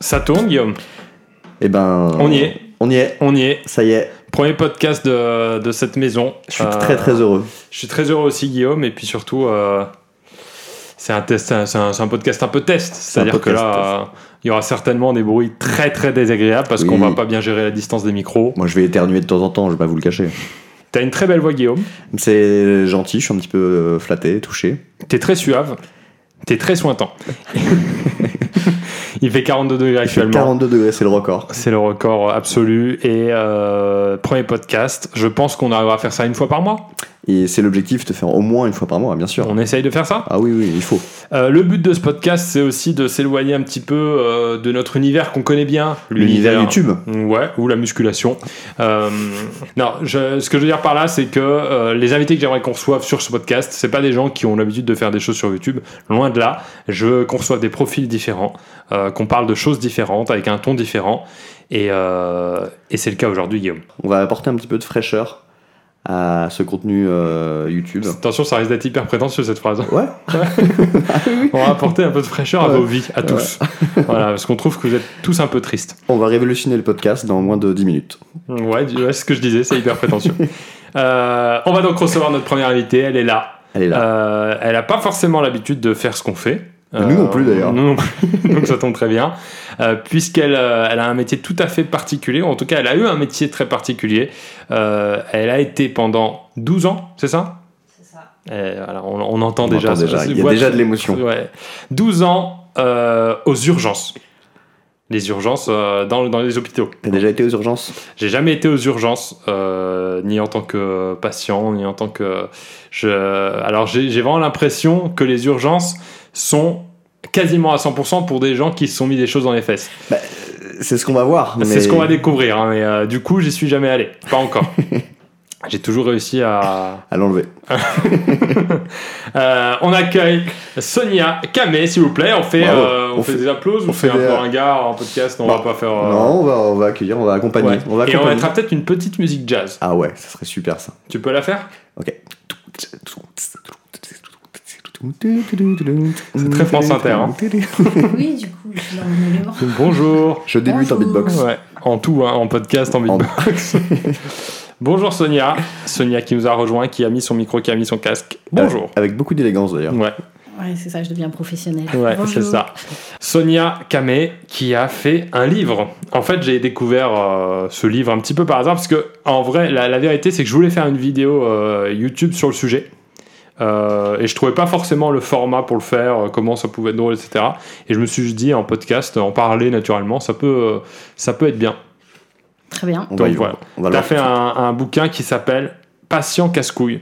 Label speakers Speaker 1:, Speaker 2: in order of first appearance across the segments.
Speaker 1: Ça tourne, Guillaume.
Speaker 2: Eh ben.
Speaker 1: On y est.
Speaker 2: On y est.
Speaker 1: On y est.
Speaker 2: Ça y est.
Speaker 1: Premier podcast de, de cette maison. Euh,
Speaker 2: Je suis très très heureux.
Speaker 1: Je suis très heureux aussi, Guillaume. Et puis surtout, euh, c'est un test, c'est un, c'est un podcast un peu test.
Speaker 2: un
Speaker 1: C'est-à-dire que
Speaker 2: podcast
Speaker 1: là, euh, il y aura certainement des bruits très très désagréables parce
Speaker 2: Oui.
Speaker 1: qu'on va pas bien gérer la distance des micros.
Speaker 2: Moi, je vais éternuer de temps en temps, je vais pas vous le cacher.
Speaker 1: T'as une très belle voix, Guillaume.
Speaker 2: C'est gentil, je suis un petit peu euh, flatté, touché.
Speaker 1: T'es très suave. T'es très sointant. il fait 42 degrés
Speaker 2: Il fait
Speaker 1: actuellement.
Speaker 2: 42 degrés, c'est le record.
Speaker 1: C'est le record absolu et euh, premier podcast. Je pense qu'on arrivera à faire ça une fois par mois.
Speaker 2: Et c'est l'objectif de faire au moins une fois par mois, bien sûr.
Speaker 1: On essaye de faire ça.
Speaker 2: Ah oui, oui, il faut.
Speaker 1: Euh, le but de ce podcast, c'est aussi de s'éloigner un petit peu euh, de notre univers qu'on connaît bien.
Speaker 2: L'univers YouTube.
Speaker 1: Ouais, ou la musculation. Euh, non, je- ce que je veux dire par là, c'est que euh, les invités que j'aimerais qu'on reçoive sur ce podcast, c'est pas des gens qui ont l'habitude de faire des choses sur YouTube. Loin de là, je veux qu'on reçoive des profils différents, euh, qu'on parle de choses différentes, avec un ton différent. Et, euh, et c'est le cas aujourd'hui, Guillaume.
Speaker 2: On va apporter un petit peu de fraîcheur à ce contenu euh, YouTube.
Speaker 1: Attention, ça risque d'être hyper prétentieux cette phrase.
Speaker 2: Ouais.
Speaker 1: On va apporter un peu de fraîcheur à
Speaker 2: Ouais.
Speaker 1: vos vies, à tous. voilà, parce qu'on trouve que vous êtes tous un peu tristes.
Speaker 2: On va révolutionner le podcast dans moins de 10 minutes.
Speaker 1: Ouais, du- ouais, c'est ce que je disais, c'est hyper prétentieux. Euh, on va donc recevoir notre première invitée, elle est là.
Speaker 2: Allez là.
Speaker 1: Euh, elle n'a pas forcément l'habitude de faire ce qu'on fait. Euh,
Speaker 2: Nous non plus, d'ailleurs.
Speaker 1: Nous non plus, donc ça tombe très bien. Euh, Puisqu'elle euh, elle a un métier tout à fait particulier, en tout cas elle a eu un métier très particulier. Euh, elle a été pendant 12 ans, c'est ça
Speaker 3: C'est ça.
Speaker 1: Euh, alors, on, on entend
Speaker 2: On
Speaker 1: déjà.
Speaker 2: entend
Speaker 1: ça-
Speaker 2: déjà,
Speaker 1: ça-
Speaker 2: il y a
Speaker 1: voix-
Speaker 2: déjà de l'émotion.
Speaker 1: Ouais. 12 ans euh, aux urgences. Les urgences euh, dans, dans les hôpitaux.
Speaker 2: T'as déjà été aux urgences
Speaker 1: J'ai jamais été aux urgences, euh, ni en tant que patient, ni en tant que. Je... Alors j'ai j'ai vraiment l'impression que les urgences sont quasiment à 100% pour des gens qui se sont mis des choses dans les fesses.
Speaker 2: C'est ce qu'on va voir. mais-
Speaker 1: C'est ce qu'on va découvrir, hein, mais euh, du coup j'y suis jamais allé, pas encore. j'ai toujours réussi à.
Speaker 2: À l'enlever.
Speaker 1: Euh, on accueille Sonia Kamé, s'il vous plaît. On fait,
Speaker 2: Bravo.
Speaker 1: euh, on
Speaker 2: On
Speaker 1: fait,
Speaker 2: fait-
Speaker 1: des applauses,
Speaker 2: on
Speaker 1: on fait
Speaker 2: fait
Speaker 1: un
Speaker 2: des-
Speaker 1: peu un gars en podcast, on
Speaker 2: Bah,
Speaker 1: va pas faire. euh,
Speaker 2: Non, on va, on va accueillir, on va accompagner.
Speaker 1: ouais.
Speaker 2: On va
Speaker 1: Et on
Speaker 2: accompagner.
Speaker 1: mettra peut-être une petite musique jazz.
Speaker 2: Ah ouais, ça serait super ça.
Speaker 1: Tu peux la faire
Speaker 2: C'est
Speaker 1: très France Inter, hein.
Speaker 3: Oui, du coup, je suis dans mon élément.
Speaker 1: Bonjour.
Speaker 2: Je débute en
Speaker 3: Bonjour.
Speaker 2: beatbox.
Speaker 1: Ouais, en tout, hein, en podcast, en beatbox. Bonjour Sonia. Sonia qui nous a rejoint, qui a mis son micro, qui a mis son casque.
Speaker 2: Euh,
Speaker 1: Bonjour.
Speaker 2: Avec beaucoup d'élégance d'ailleurs.
Speaker 1: Ouais,
Speaker 3: Ouais, c'est ça, je deviens professionnelle.
Speaker 1: ouais
Speaker 3: Bonjour.
Speaker 1: c'est ça. Sonia Kamé qui a fait un livre. En fait, j'ai découvert euh, ce livre un petit peu par hasard parce que, en vrai, la, la vérité, c'est que je voulais faire une vidéo euh, YouTube sur le sujet. Euh, et je trouvais pas forcément le format pour le faire, euh, comment ça pouvait être drôle, etc. Et je me suis dit en podcast, en parler naturellement, ça peut, euh, ça peut être bien.
Speaker 3: Très bien,
Speaker 2: On
Speaker 1: Donc
Speaker 2: va y
Speaker 1: voilà.
Speaker 2: On va le
Speaker 1: T'as
Speaker 2: voir.
Speaker 1: fait un, un bouquin qui s'appelle Patient casse-couille.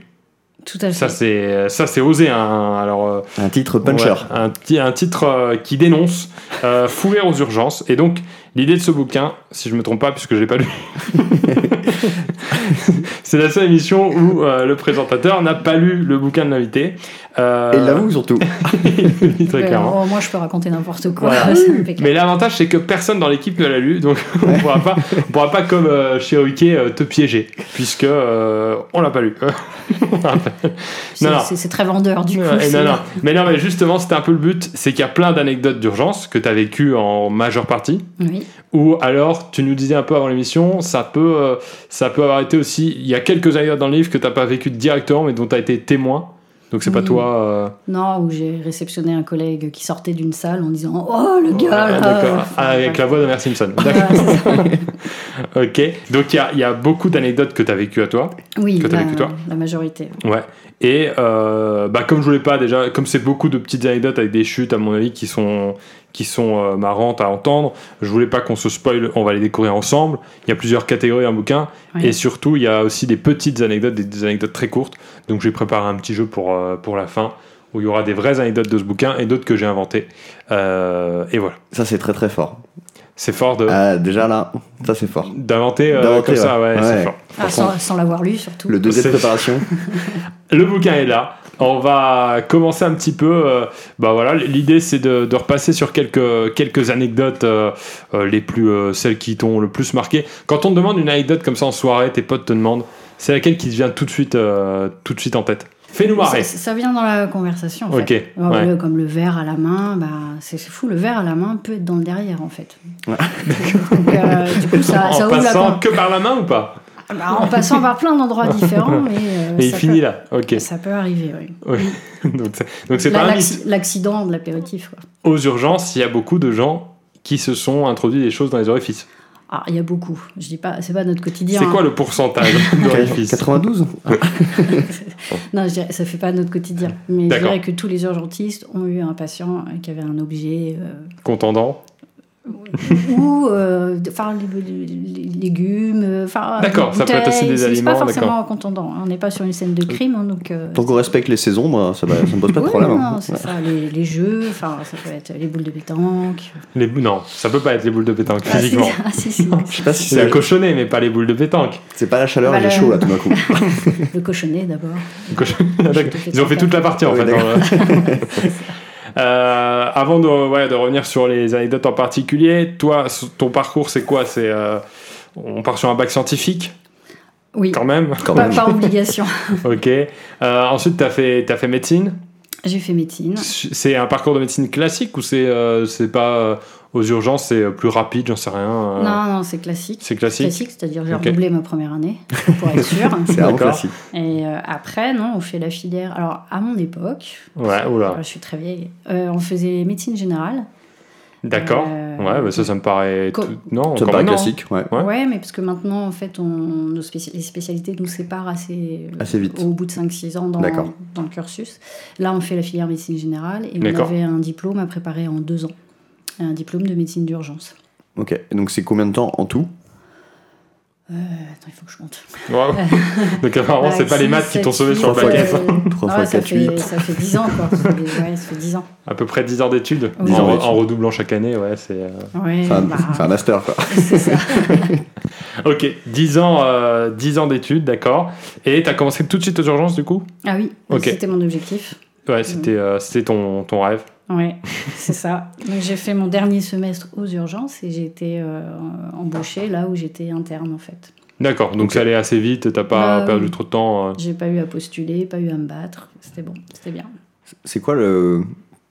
Speaker 3: tout à fait.
Speaker 1: Ça c'est ça c'est osé. hein. Alors euh,
Speaker 2: un titre puncher.
Speaker 1: ouais, un petit un titre euh, qui dénonce euh, fouler aux urgences. Et donc l'idée de ce bouquin, si je me trompe pas, puisque je l'ai pas lu, c'est la seule émission où euh, le présentateur n'a pas lu le bouquin de l'invité. Euh,
Speaker 2: Et il l'avoue surtout.
Speaker 1: il le dit très
Speaker 3: Ouais,
Speaker 1: clairement.
Speaker 3: oh, moi, je peux raconter n'importe quoi.
Speaker 1: Voilà.
Speaker 3: c'est impeccable.
Speaker 1: Mais l'avantage, c'est que personne dans l'équipe ne l'a lu, donc on pourra pas, on pourra pas comme euh, chez Riquet te piéger, puisque euh, on l'a pas lu.
Speaker 3: C'est-
Speaker 1: non, non.
Speaker 3: c'est- C'est très vendeur, du coup.
Speaker 1: Ouais, et
Speaker 3: c'est-
Speaker 1: non, non. Mais non, mais justement, c'était un peu le but, c'est qu'il y a plein d'anecdotes d'urgence que tu as vécues en majeure partie,
Speaker 3: Oui,
Speaker 1: ou alors, tu nous disais un peu avant l'émission, ça peut, euh, ça peut avoir été aussi, il y a quelques anecdotes dans le livre que t'as pas vécu directement, mais dont tu as été témoin, donc c'est pas
Speaker 3: Oui.
Speaker 1: toi... euh,
Speaker 3: non, où j'ai réceptionné un collègue qui sortait d'une salle en disant Oh, le gars
Speaker 1: Ouais,
Speaker 3: là,
Speaker 1: d'accord.
Speaker 3: enfin,
Speaker 1: Ah, avec la voix d'Homer Simpson.
Speaker 3: voilà,
Speaker 1: D'accord.
Speaker 3: c'est ça.
Speaker 1: Ok. Donc il y a, il y a beaucoup d'anecdotes que tu as vécues à toi.
Speaker 3: Oui,
Speaker 1: Que t'as
Speaker 3: la,
Speaker 1: vécu, toi
Speaker 3: la majorité.
Speaker 1: Ouais. Et euh, bah, comme je voulais pas déjà, comme c'est beaucoup de petites anecdotes avec des chutes à mon avis qui sont qui sont euh, marrantes à entendre, je voulais pas qu'on se spoil. On va les découvrir ensemble. Il y a plusieurs catégories un bouquin
Speaker 3: Oui.
Speaker 1: et surtout il y a aussi des petites anecdotes, des, des anecdotes très courtes. Donc j'ai préparé un petit jeu pour euh, pour la fin où il y aura des vraies anecdotes de ce bouquin et d'autres que j'ai inventées. Euh, et voilà.
Speaker 2: Ça c'est très très fort.
Speaker 1: C'est fort de
Speaker 2: Ah, déjà là, ça c'est fort.
Speaker 1: d'inventer euh,
Speaker 2: D'inventer,
Speaker 1: comme ça. Ouais,
Speaker 2: ouais.
Speaker 1: c'est
Speaker 2: Ouais.
Speaker 1: fort.
Speaker 3: Ah, sans sans l'avoir lu, surtout.
Speaker 2: Le deuxième
Speaker 1: C'est-
Speaker 2: de préparation.
Speaker 1: Le bouquin est là. On va commencer un petit peu. euh, bah voilà, l'idée c'est de, de repasser sur quelques quelques anecdotes euh, euh, les plus euh, celles qui t'ont le plus marqué. Quand on te demande une anecdote comme ça en soirée, tes potes te demandent c'est laquelle qui te vient tout de suite euh, tout de suite en tête. Fais-nous
Speaker 3: Ça,
Speaker 1: marrer.
Speaker 3: ça vient dans la conversation. En fait.
Speaker 1: Ok.
Speaker 3: Alors,
Speaker 1: ouais.
Speaker 3: le- comme le verre à la main, bah, c'est c'est fou, le verre à la main peut être dans le derrière en fait.
Speaker 2: Ouais.
Speaker 3: Donc, euh, du coup, ça,
Speaker 1: en
Speaker 3: ça ouvre la
Speaker 1: passant
Speaker 3: con-
Speaker 1: que par la main ou pas
Speaker 3: Bah, En passant par plein d'endroits différents. mais, euh,
Speaker 1: Et il
Speaker 3: ça
Speaker 1: finit
Speaker 3: peut-
Speaker 1: là. Ok.
Speaker 3: Ça peut arriver, oui.
Speaker 1: donc c'est- donc c'est
Speaker 3: Là,
Speaker 1: pas un
Speaker 3: l'acc-
Speaker 1: mythe.
Speaker 3: L'accident de l'apéritif. quoi.
Speaker 1: Aux urgences, il y a beaucoup de gens qui se sont introduits des choses dans les orifices.
Speaker 3: Ah, il y a beaucoup. Je dis pas, c'est pas notre quotidien.
Speaker 1: C'est
Speaker 3: hein.
Speaker 1: quoi le pourcentage d'orifices
Speaker 2: 92
Speaker 3: hein. Non, je dirais, ça fait pas notre quotidien. Mais je
Speaker 1: D'accord.
Speaker 3: dirais que tous les urgentistes ont eu un patient euh, qui avait un objet euh,
Speaker 1: contendant
Speaker 3: ou euh, de- enfin les, les- les légumes, euh, enfin
Speaker 1: D'accord,
Speaker 3: des
Speaker 1: ça peut être aussi
Speaker 3: bouteilles,
Speaker 1: des
Speaker 3: c'est-
Speaker 1: aliments,
Speaker 3: C'est pas forcément en contendant. hein. On n'est pas sur une scène de crime, hein, donc. euh,
Speaker 2: Tant qu'on respecte les saisons, moi, ça, va- ça me pose pas de
Speaker 3: oui,
Speaker 2: problème.
Speaker 3: non,
Speaker 2: hein.
Speaker 3: c'est
Speaker 2: Ouais.
Speaker 3: ça, les, les jeux, enfin ça peut être les boules de pétanque.
Speaker 1: les bou- Non, ça peut pas être les boules de pétanque
Speaker 3: Ah, si,
Speaker 1: physiquement.
Speaker 3: ah, si, si.
Speaker 2: Je sais pas si
Speaker 1: C'est
Speaker 2: c'est
Speaker 1: un cochonnet, mais pas les boules de pétanque.
Speaker 2: c'est pas la chaleur,
Speaker 3: Bah,
Speaker 2: j'ai
Speaker 3: le-
Speaker 2: chaud là tout d'un coup.
Speaker 3: Le cochonnet d'abord.
Speaker 1: Le cochon- Ils ont fait toute la partie en
Speaker 2: Oui,
Speaker 1: fait.
Speaker 2: d'accord.
Speaker 1: hein. Euh, avant de, ouais, de revenir sur les anecdotes en particulier, toi, s- ton parcours, c'est quoi C'est euh, on part sur un bac scientifique
Speaker 3: Oui.
Speaker 1: quand même.
Speaker 2: Quand
Speaker 3: Bah, Pas
Speaker 2: même.
Speaker 3: par obligation.
Speaker 1: ok. Euh, ensuite, t'as fait, t'as fait médecine.
Speaker 3: J'ai fait médecine.
Speaker 1: C'est un parcours de médecine classique ou c'est, euh, c'est pas euh, aux urgences, c'est euh, plus rapide, j'en sais rien. euh,
Speaker 3: Non, non, c'est classique.
Speaker 1: C'est classique.
Speaker 3: Classique, c'est-à-dire j'ai
Speaker 1: Ok.
Speaker 3: redoublé ma première année, pour être sûr.
Speaker 2: C'est vraiment
Speaker 1: D'accord.
Speaker 2: classique.
Speaker 3: Et euh, après, non, on fait la filière. Alors, à mon époque,
Speaker 1: Ouais. Oula.
Speaker 3: je suis très vieille, euh, on faisait médecine générale.
Speaker 1: D'accord.
Speaker 3: Euh,
Speaker 1: Ouais, bah ça, ça me paraît.
Speaker 3: co-
Speaker 1: tout- Non,
Speaker 2: Ça me
Speaker 1: quand
Speaker 2: paraît
Speaker 1: même, non.
Speaker 2: classique, ouais.
Speaker 1: Ouais.
Speaker 3: Ouais, mais parce que maintenant, en fait, on, nos spéci- les spécialités nous séparent assez,
Speaker 2: Assez vite.
Speaker 3: au bout de 5-6 ans dans,
Speaker 2: D'accord.
Speaker 3: dans le cursus. Là, on fait la filière médecine générale et on
Speaker 1: D'accord.
Speaker 3: avait un diplôme à préparer en deux ans. Un diplôme de médecine d'urgence.
Speaker 2: Ok, Et donc c'est combien de temps en tout
Speaker 3: Euh, attends, il faut que je compte.
Speaker 1: Wow. Donc apparemment, Bah, c'est pas les maths qui t'ont sauvé sur le
Speaker 2: Trois fois
Speaker 1: bac S.
Speaker 2: quatre. Trois fois
Speaker 3: ça,
Speaker 2: quatre,
Speaker 3: fait,
Speaker 2: huit.
Speaker 3: ça fait 10 ans, quoi. Ça fait- ouais, ça fait 10 ans.
Speaker 1: À peu près 10 heures d'études,
Speaker 3: Oui.
Speaker 1: en,
Speaker 2: 10 heures d'études.
Speaker 1: en redoublant chaque année, ouais, c'est... euh,
Speaker 3: Ouais,
Speaker 2: C'est un,
Speaker 3: bah,
Speaker 2: c'est un master quoi.
Speaker 3: c'est ça.
Speaker 1: Ok, 10 ans, euh, 10 ans d'études, d'accord. Et t'as commencé tout de suite aux urgences, du coup
Speaker 3: Ah oui,
Speaker 1: Ok.
Speaker 3: c'était mon objectif.
Speaker 1: Ouais, c'était euh, c'était ton, ton rêve.
Speaker 3: Ouais, c'est ça. Donc j'ai fait mon dernier semestre aux urgences et j'ai été euh, embauchée là où j'étais interne en fait.
Speaker 1: D'accord, donc
Speaker 2: Ok.
Speaker 1: ça allait assez vite, t'as pas
Speaker 3: Euh,
Speaker 1: perdu trop de temps. euh.
Speaker 3: J'ai pas eu à postuler, pas eu à me battre. C'était bon, c'était bien.
Speaker 2: C'est quoi le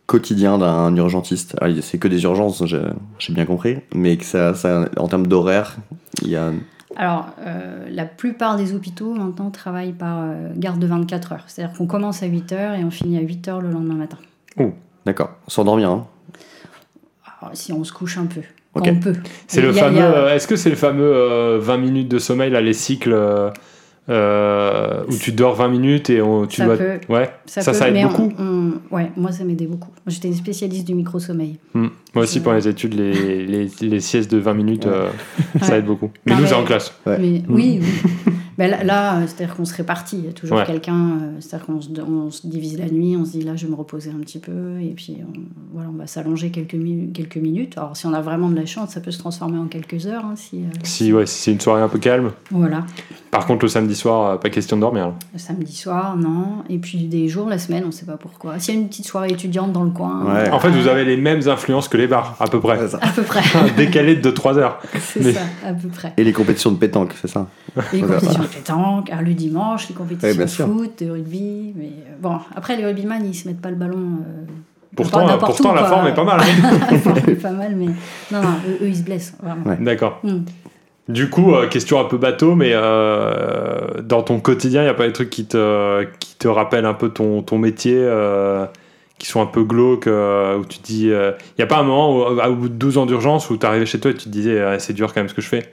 Speaker 2: quotidien d'un urgentiste Alors, C'est que des urgences, j'ai j'ai bien compris, mais que ça, ça- en termes d'horaire, il y a.
Speaker 3: Alors, euh, la plupart des hôpitaux maintenant travaillent par euh, garde de 24 heures. C'est-à-dire qu'on commence à 8 heures et on finit à 8 heures le lendemain matin.
Speaker 2: D'accord, s'endormir. Hein.
Speaker 3: Alors, si on se couche un peu, quand
Speaker 2: Ok.
Speaker 3: on peut.
Speaker 1: C'est le
Speaker 3: Il y a- il y
Speaker 1: fameux...
Speaker 3: a-
Speaker 1: euh, Est-ce que c'est le fameux euh, 20 minutes de sommeil, là, les cycles euh, euh, où tu dors 20 minutes et on, tu
Speaker 3: Ça
Speaker 1: dois...
Speaker 3: peut.
Speaker 1: Ouais, ça, ça aide
Speaker 3: mais on-
Speaker 1: beaucoup.
Speaker 3: on- ouais, moi ça m'aidait beaucoup. J'étais une spécialiste du micro-sommeil.
Speaker 1: Hmm. Moi aussi,
Speaker 3: Ça-
Speaker 1: pour les études, les, les, les siestes de 20 minutes,
Speaker 2: Ouais.
Speaker 1: euh, ça
Speaker 3: Ouais.
Speaker 1: aide beaucoup. Mais
Speaker 3: Non,
Speaker 1: nous,
Speaker 3: mais-
Speaker 1: c'est en classe.
Speaker 2: Ouais. Mm.
Speaker 3: Mais oui, oui. Ben là, là, euh, c'est-à-dire qu'on se répartit. Il y a toujours
Speaker 1: Ouais.
Speaker 3: quelqu'un. euh, C'est-à-dire qu'on se, on se divise la nuit, on se dit là, je vais me reposer un petit peu, et puis on, voilà, on va s'allonger quelques, mi- quelques minutes. Alors, si on a vraiment de la chance, ça peut se transformer en quelques heures. hein, si, euh,
Speaker 1: Si, ouais, si c'est une soirée un peu calme.
Speaker 3: Voilà,
Speaker 1: Par contre, le samedi soir, euh, pas question de dormir. là.
Speaker 3: le samedi soir, non. Et puis des jours, la semaine, on ne sait pas pourquoi. S'il y a une petite soirée étudiante dans le coin.
Speaker 2: Ouais.
Speaker 1: En fait, vous avez les mêmes influences que les bars, à peu près.
Speaker 2: ça.
Speaker 3: À peu près,
Speaker 1: Décalé de 2-3 heures.
Speaker 3: c'est
Speaker 1: Mais-
Speaker 3: ça, à peu près.
Speaker 2: Et les compétitions de pétanque, c'est ça
Speaker 3: Les
Speaker 2: Voilà.
Speaker 3: compétitions de pétanque, alors le dimanche, les compétitions
Speaker 2: bien
Speaker 3: de
Speaker 2: sûr.
Speaker 3: foot, de rugby. Mais euh, bon, après, les rugbyman, ils se mettent pas le ballon. euh,
Speaker 1: Pourtant,
Speaker 3: Pas
Speaker 1: euh,
Speaker 3: n'importe
Speaker 1: pourtant
Speaker 3: où,
Speaker 1: la
Speaker 3: quoi.
Speaker 1: forme est pas mal. hein.
Speaker 3: C'est pas mal, mais non, non, eux, eux, ils se blessent, vraiment.
Speaker 2: Ouais.
Speaker 1: D'accord.
Speaker 3: Mm.
Speaker 1: Du coup, euh, question un peu bateau, mais euh, dans ton quotidien, il n'y a pas des trucs qui te, qui te rappellent un peu ton, ton métier, euh, qui sont un peu glauques, euh, où tu te dis. Il n'y a pas un moment, où, à- au bout de 12 ans d'urgence, où tu arrivais chez toi et tu te disais, Ah, c'est dur quand même ce que je fais.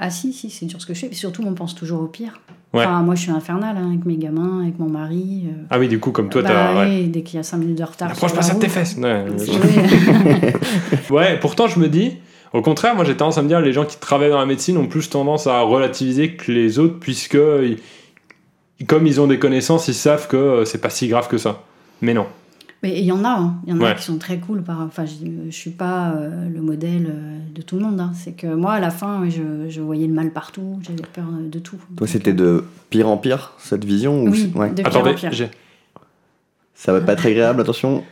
Speaker 3: Ah si, si, c'est dur ce que je fais. Puis surtout, on pense toujours au pire.
Speaker 1: Ouais.
Speaker 3: Enfin, moi, je suis infernale hein, avec mes gamins, avec mon mari. euh.
Speaker 1: Ah oui, du coup, comme toi,
Speaker 3: Bah
Speaker 1: t'as. ouais.
Speaker 3: oui, Dès qu'il y a 5 minutes de retard.
Speaker 1: Approche
Speaker 3: sur
Speaker 1: pas
Speaker 3: la
Speaker 1: ça de tes
Speaker 3: route. Euh,
Speaker 1: fesses. Ouais.
Speaker 3: Oui.
Speaker 1: Ouais, pourtant je me dis, au contraire, moi j'ai tendance à me dire les gens qui travaillent dans la médecine ont plus tendance à relativiser que les autres puisque ils- comme ils ont des connaissances, ils savent que euh, c'est pas si grave que ça. Mais non.
Speaker 3: Mais il y en a, hein. il y en a
Speaker 1: Ouais.
Speaker 3: qui sont très cool. Par... Enfin, je, je suis pas euh, le modèle euh, de tout le monde. hein. C'est que moi, à la fin, ouais, je, je voyais le mal partout, j'avais peur euh, de tout.
Speaker 2: Toi, c'était de pire en pire, cette vision ou
Speaker 3: Oui,
Speaker 2: c'est- ouais.
Speaker 3: de pire
Speaker 1: Attendez,
Speaker 3: en pire.
Speaker 1: j'ai-
Speaker 2: Ça va pas être agréable, attention.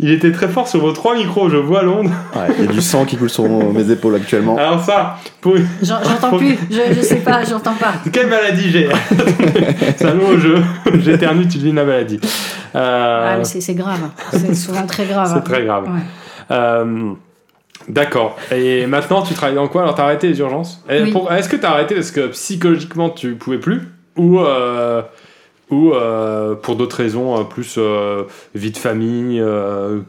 Speaker 1: Il était très fort sur vos trois micros, je vois Londres.
Speaker 2: Ouais, Il y a du sang qui coule sur mon- mes épaules actuellement.
Speaker 1: Alors ça, pour...
Speaker 3: J'en- J'entends plus, je, je sais pas, j'entends pas.
Speaker 1: quelle maladie j'ai C'est un nouveau jeu. J'éternue, tu dis la maladie. Euh,
Speaker 3: Ah, mais c'est c'est grave, c'est souvent très grave.
Speaker 1: c'est très grave.
Speaker 3: Ouais.
Speaker 1: Euh, D'accord. Et maintenant, tu travailles dans quoi Alors, t'as arrêté les urgences Et
Speaker 3: Oui.
Speaker 1: pour- Est-ce que t'as arrêté parce que psychologiquement, tu pouvais plus Ou, euh, ou euh, pour d'autres raisons, euh, plus euh, vie de famille, euh,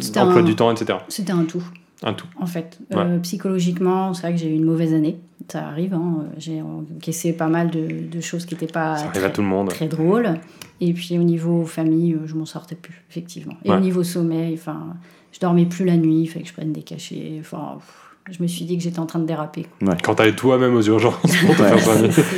Speaker 3: C'était
Speaker 1: emploi
Speaker 3: un-
Speaker 1: du temps, etc.
Speaker 3: C'était un tout.
Speaker 1: Un tout.
Speaker 3: en fait. Euh, psychologiquement, c'est vrai que j'ai eu une mauvaise année. Ça arrive, hein. euh, j'ai encaissé pas mal de, de choses qui n'étaient pas
Speaker 1: Ça arrive à
Speaker 3: très,
Speaker 1: tout le monde.
Speaker 3: très drôles. Et puis au niveau famille, euh, je m'en sortais plus, effectivement. Et
Speaker 1: Ouais.
Speaker 3: au niveau sommeil, enfin, je dormais plus la nuit, il fallait que je prenne des cachets. Enfin, pff, je me suis dit que j'étais en train de déraper.
Speaker 1: Quand t'allais toi-même aux urgences pour te
Speaker 2: Ouais.
Speaker 1: faire
Speaker 3: C'est-
Speaker 1: soigner.
Speaker 3: c'est ça.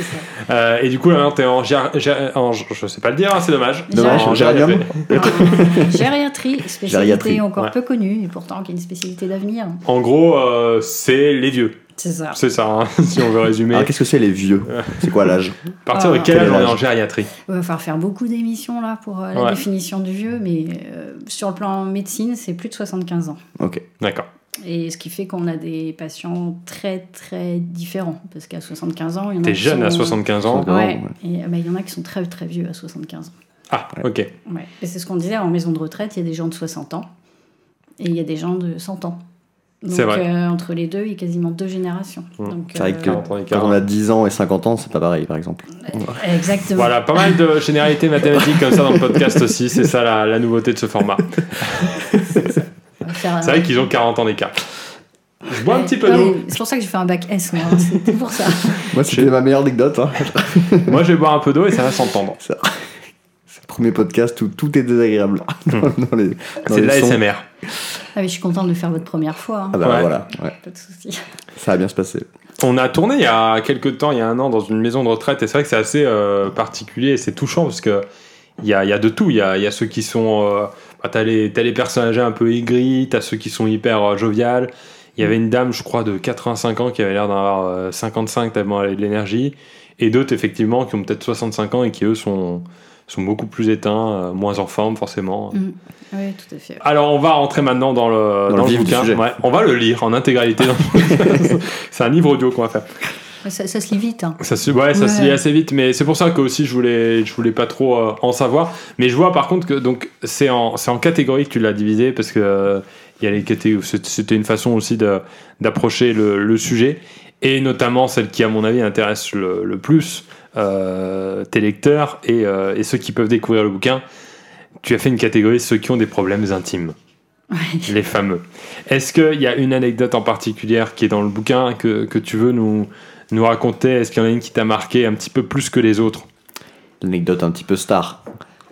Speaker 1: Euh, et du coup, là, maintenant, t'es en, gér- gér- en- Je sais pas le dire, hein, c'est dommage.
Speaker 2: Dommage,
Speaker 1: En
Speaker 2: géranium.
Speaker 3: En Gériatrie, spécialité
Speaker 2: Gériatrie,
Speaker 3: encore
Speaker 1: ouais.
Speaker 3: peu connue, et pourtant qui est une spécialité d'avenir.
Speaker 1: En gros, euh, c'est les vieux.
Speaker 3: C'est ça.
Speaker 1: C'est ça, hein, si on veut résumer.
Speaker 2: Alors qu'est-ce que c'est les vieux C'est quoi l'âge
Speaker 1: À partir de quel
Speaker 2: Ah.
Speaker 1: âge on est en gériatrie
Speaker 3: Il va falloir faire beaucoup d'émissions là pour euh, la
Speaker 1: Ouais.
Speaker 3: définition du vieux, mais euh, sur le plan médecine, c'est plus de 75 ans.
Speaker 2: Ok.
Speaker 1: D'accord.
Speaker 3: Et ce qui fait qu'on a des patients très très différents, parce qu'à 75 ans, il y en a
Speaker 1: T'es
Speaker 3: qui
Speaker 1: jeune
Speaker 3: sont-
Speaker 1: à 75 ans.
Speaker 2: ans,
Speaker 3: Ouais,
Speaker 2: ouais.
Speaker 3: et euh, bah, il y en a qui sont très très vieux à 75 ans.
Speaker 1: Ah, ok.
Speaker 3: Ouais. Et c'est ce qu'on disait en maison de retraite, il y a des gens de 60 ans et il y a des gens de 100 ans. Donc
Speaker 1: C'est vrai.
Speaker 3: euh, entre les deux, il y a quasiment deux générations.
Speaker 1: Mmh.
Speaker 3: Donc,
Speaker 2: C'est vrai que-
Speaker 1: 40 ans et
Speaker 2: Quand
Speaker 1: 40.
Speaker 2: on a 10 ans et 50 ans, c'est pas pareil par exemple.
Speaker 3: euh, Exactement.
Speaker 1: Voilà, pas mal de généralités mathématiques comme ça dans le podcast aussi, c'est ça la, la nouveauté de ce format.
Speaker 3: On va faire,
Speaker 1: C'est vrai qu'ils ont 40 ans d'écart. Je bois un
Speaker 3: Ouais.
Speaker 1: petit peu
Speaker 3: Non,
Speaker 1: d'eau.
Speaker 3: mais C'est pour ça que j'ai fait un bac S, moi, hein, c'était pour ça.
Speaker 2: Moi c'était ma meilleure anecdote. hein.
Speaker 1: Moi, je vais boire un peu d'eau et ça va s'entendre.
Speaker 2: C'est le premier podcast où tout est désagréable. Dans- dans les- dans
Speaker 1: C'est de
Speaker 2: les sons.
Speaker 1: l'ASMR.
Speaker 3: Ah, mais je suis contente de faire votre première fois. hein.
Speaker 2: Ah bah
Speaker 1: Ouais.
Speaker 2: voilà, ouais.
Speaker 3: Pas de souci.
Speaker 2: ça va bien se passer.
Speaker 1: On a tourné il y a quelques temps, il y a un an, dans une maison de retraite, et c'est vrai que c'est assez euh, particulier et c'est touchant parce que il y a, il y a de tout. Il y a, il y a ceux qui sont. euh, bah, t'as les, t'as les personnages un peu aigris, t'as ceux qui sont hyper euh, joviales. Il y avait une dame, je crois, de 85 ans qui avait l'air d'en avoir euh, 55 tellement elle avait de l'énergie. Et d'autres, effectivement, qui ont peut-être 65 ans et qui, eux, sont, sont beaucoup plus éteints, euh, moins en forme, forcément.
Speaker 3: Oui, Ah tout à fait.
Speaker 1: Alors on va rentrer maintenant dans le,
Speaker 2: Dans le vif du
Speaker 1: bouquin.
Speaker 2: sujet.
Speaker 1: Ouais, on va le lire en intégralité. dans- c'est un livre audio qu'on va faire.
Speaker 3: Ça, ça se lit vite. hein.
Speaker 1: Ça se, ouais, ça se
Speaker 3: Ouais.
Speaker 1: lit assez vite, mais c'est pour ça que aussi je voulais, je voulais pas trop euh, en savoir. Mais je vois par contre que donc c'est en, c'est en catégorie que tu l'as divisé parce que euh, il y a les catégories. c'est- C'était une façon aussi de- d'approcher le, le sujet et notamment celle qui à mon avis intéresse le, le plus euh, tes lecteurs et, euh, et ceux qui peuvent découvrir le bouquin. Tu as fait une catégorie ceux qui ont des problèmes intimes, les fameux. Est-ce qu'il y a une anecdote en particulière qui est dans le bouquin que, que tu veux nous, nous raconter Est-ce qu'il y en a une qui t'a marqué un petit peu plus que les autres
Speaker 2: L'anecdote un petit peu star.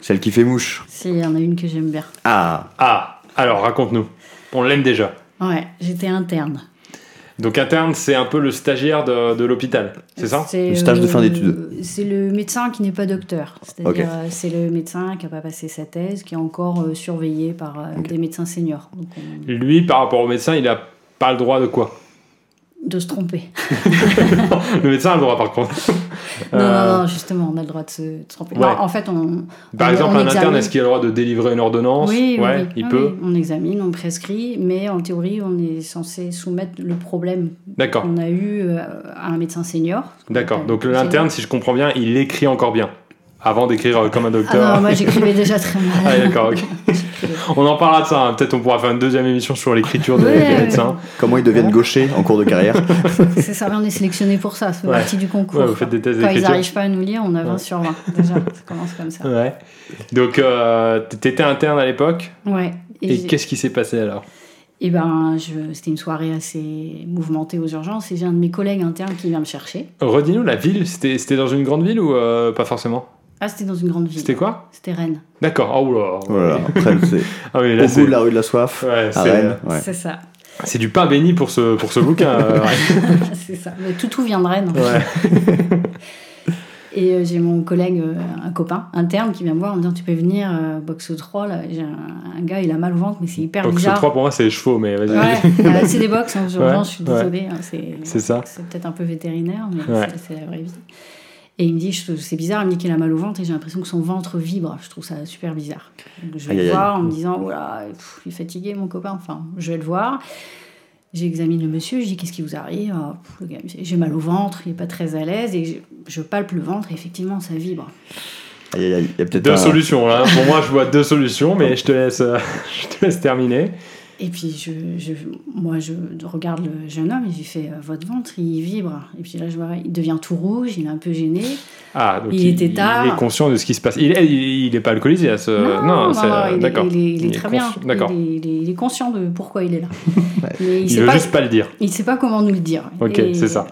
Speaker 2: Celle qui fait mouche.
Speaker 3: Si, il y en a une que j'aime bien.
Speaker 2: Ah,
Speaker 1: Ah, alors raconte-nous. On l'aime déjà.
Speaker 3: Ouais, j'étais interne.
Speaker 1: Donc interne, c'est un peu le stagiaire de, de l'hôpital, c'est ça
Speaker 2: Le stage de fin d'études.
Speaker 3: euh, C'est le médecin qui n'est pas docteur. C'est-à-dire,
Speaker 2: Ok.
Speaker 3: euh, c'est le médecin qui n'a pas passé sa thèse, qui est encore euh, surveillé par euh,
Speaker 2: Ok.
Speaker 3: des médecins seniors. Donc, on-
Speaker 1: Lui, par rapport au médecin, il a pas le droit de quoi
Speaker 3: De se tromper.
Speaker 1: Le médecin a le droit par contre.
Speaker 3: Non,
Speaker 1: Euh,
Speaker 3: non, non, justement, on a le droit de se de se tromper.
Speaker 1: Ouais.
Speaker 3: Non, en fait, on.
Speaker 1: Par
Speaker 3: on-
Speaker 1: exemple,
Speaker 3: on
Speaker 1: un interne,
Speaker 3: examine.
Speaker 1: est-ce qu'il a le droit de délivrer une ordonnance
Speaker 3: Oui, oui,
Speaker 1: Ouais,
Speaker 3: oui.
Speaker 1: il
Speaker 3: Ah
Speaker 1: peut.
Speaker 3: oui, On examine, on prescrit, mais en théorie, on est censé soumettre le problème
Speaker 1: D'accord,
Speaker 3: qu'on a eu euh, à un médecin senior. Euh, ce qu'on
Speaker 1: d'accord.
Speaker 3: appelle
Speaker 1: Donc
Speaker 3: senior.
Speaker 1: l'interne, si je comprends bien, il écrit encore bien. Avant d'écrire euh, comme un docteur.
Speaker 3: Ah non, moi j'écrivais déjà très
Speaker 1: Ah,
Speaker 3: mal.
Speaker 1: d'accord, ok. On en parlera de ça. hein. Peut-être on pourra faire une deuxième émission sur l'écriture des,
Speaker 3: Ouais,
Speaker 1: des
Speaker 3: ouais.
Speaker 1: médecins.
Speaker 2: comment ils deviennent gauchers en cours de carrière
Speaker 3: c'est ça, on est sélectionné pour ça, c'est
Speaker 1: Ouais.
Speaker 3: partie du concours.
Speaker 1: Ouais, vous faites des tests
Speaker 3: Quand ils
Speaker 1: d'écriture.
Speaker 3: n'arrivent pas à nous lire, on a 20
Speaker 1: Ouais.
Speaker 3: sur 20. Déjà, ça commence comme ça.
Speaker 1: Ouais. Donc, euh, t'étais interne à l'époque.
Speaker 3: Ouais.
Speaker 1: Et,
Speaker 3: Et, j'ai-
Speaker 1: qu'est-ce qui s'est passé alors
Speaker 3: et ben, je... c'était une soirée assez mouvementée aux urgences et j'ai un de mes collègues internes qui vient me chercher.
Speaker 1: Redis-nous la ville. C'était c'était dans une grande ville ou euh, pas forcément
Speaker 3: Ah, c'était dans une grande ville.
Speaker 1: C'était quoi
Speaker 3: C'était Rennes.
Speaker 1: D'accord. Oh là.
Speaker 2: Voilà, après c'est
Speaker 1: Ah oui, là
Speaker 2: au bout
Speaker 1: c'est.
Speaker 2: de la rue de la soif,
Speaker 1: Ouais,
Speaker 2: à
Speaker 1: c'est
Speaker 2: Rennes. ouais.
Speaker 3: C'est ça.
Speaker 1: c'est du pain béni pour ce pour ce bouquin. euh, ouais.
Speaker 3: c'est ça. Mais tout, tout vient de Rennes. en fait.
Speaker 1: Ouais.
Speaker 3: Et euh, j'ai mon collègue, euh, un copain interne, qui vient me voir en me disant Tu peux venir, euh, boxe 3, là, j'ai un, un gars, il a mal au ventre, mais c'est hyper
Speaker 1: Donc ce
Speaker 3: bizarre.
Speaker 1: 3 pour moi c'est les chevaux, mais vas-y.
Speaker 3: Ouais, euh, c'est des box, hein, aux urgences,
Speaker 1: Ouais,
Speaker 3: je suis désolée, hein, c'est,
Speaker 1: C'est ça.
Speaker 3: c'est peut-être un peu vétérinaire, mais
Speaker 1: Ouais.
Speaker 3: c'est, c'est la vraie vie. Et il me dit, je- c'est bizarre, il me dit qu'il a mal au ventre et j'ai l'impression que son ventre vibre. Je trouve ça super bizarre. Donc, je vais
Speaker 2: Aïe, aïe,
Speaker 3: le voir
Speaker 2: aïe.
Speaker 3: en me disant, voilà, pff, il est fatigué, mon copain. Enfin, je vais le voir. J'examine le monsieur, je dis, qu'est-ce qui vous arrive Ah, pff, le gars, J'ai mal au ventre, il n'est pas très à l'aise. Et je, je palpe le ventre et effectivement, ça vibre.
Speaker 2: Aïe, aïe, aïe, il y a peut-être
Speaker 1: Deux
Speaker 2: un-
Speaker 1: solutions là. Pour moi, je vois deux solutions, mais je te laisse, euh, je te laisse terminer.
Speaker 3: Et puis, je, je- moi, je regarde le jeune homme et j'ai fait, euh, votre ventre, il vibre. Et puis là, je vois, il devient tout rouge, il est un peu gêné.
Speaker 1: Ah, donc
Speaker 3: Il était tard.
Speaker 1: Il est conscient de ce qui se passe. Il est, il, il est pas alcoolisé à ce. Euh, c'est-
Speaker 3: il est-
Speaker 1: d'accord.
Speaker 3: Il est, il est
Speaker 1: Il est
Speaker 3: très bien.
Speaker 1: consci- d'accord.
Speaker 3: Il est, il est- il est conscient de pourquoi il est là. Mais il
Speaker 1: Il,
Speaker 3: ne sait,
Speaker 1: veut
Speaker 3: pas-
Speaker 1: juste pas le dire.
Speaker 3: il sait pas comment nous le dire.
Speaker 1: Ok,
Speaker 3: Et-
Speaker 1: c'est ça.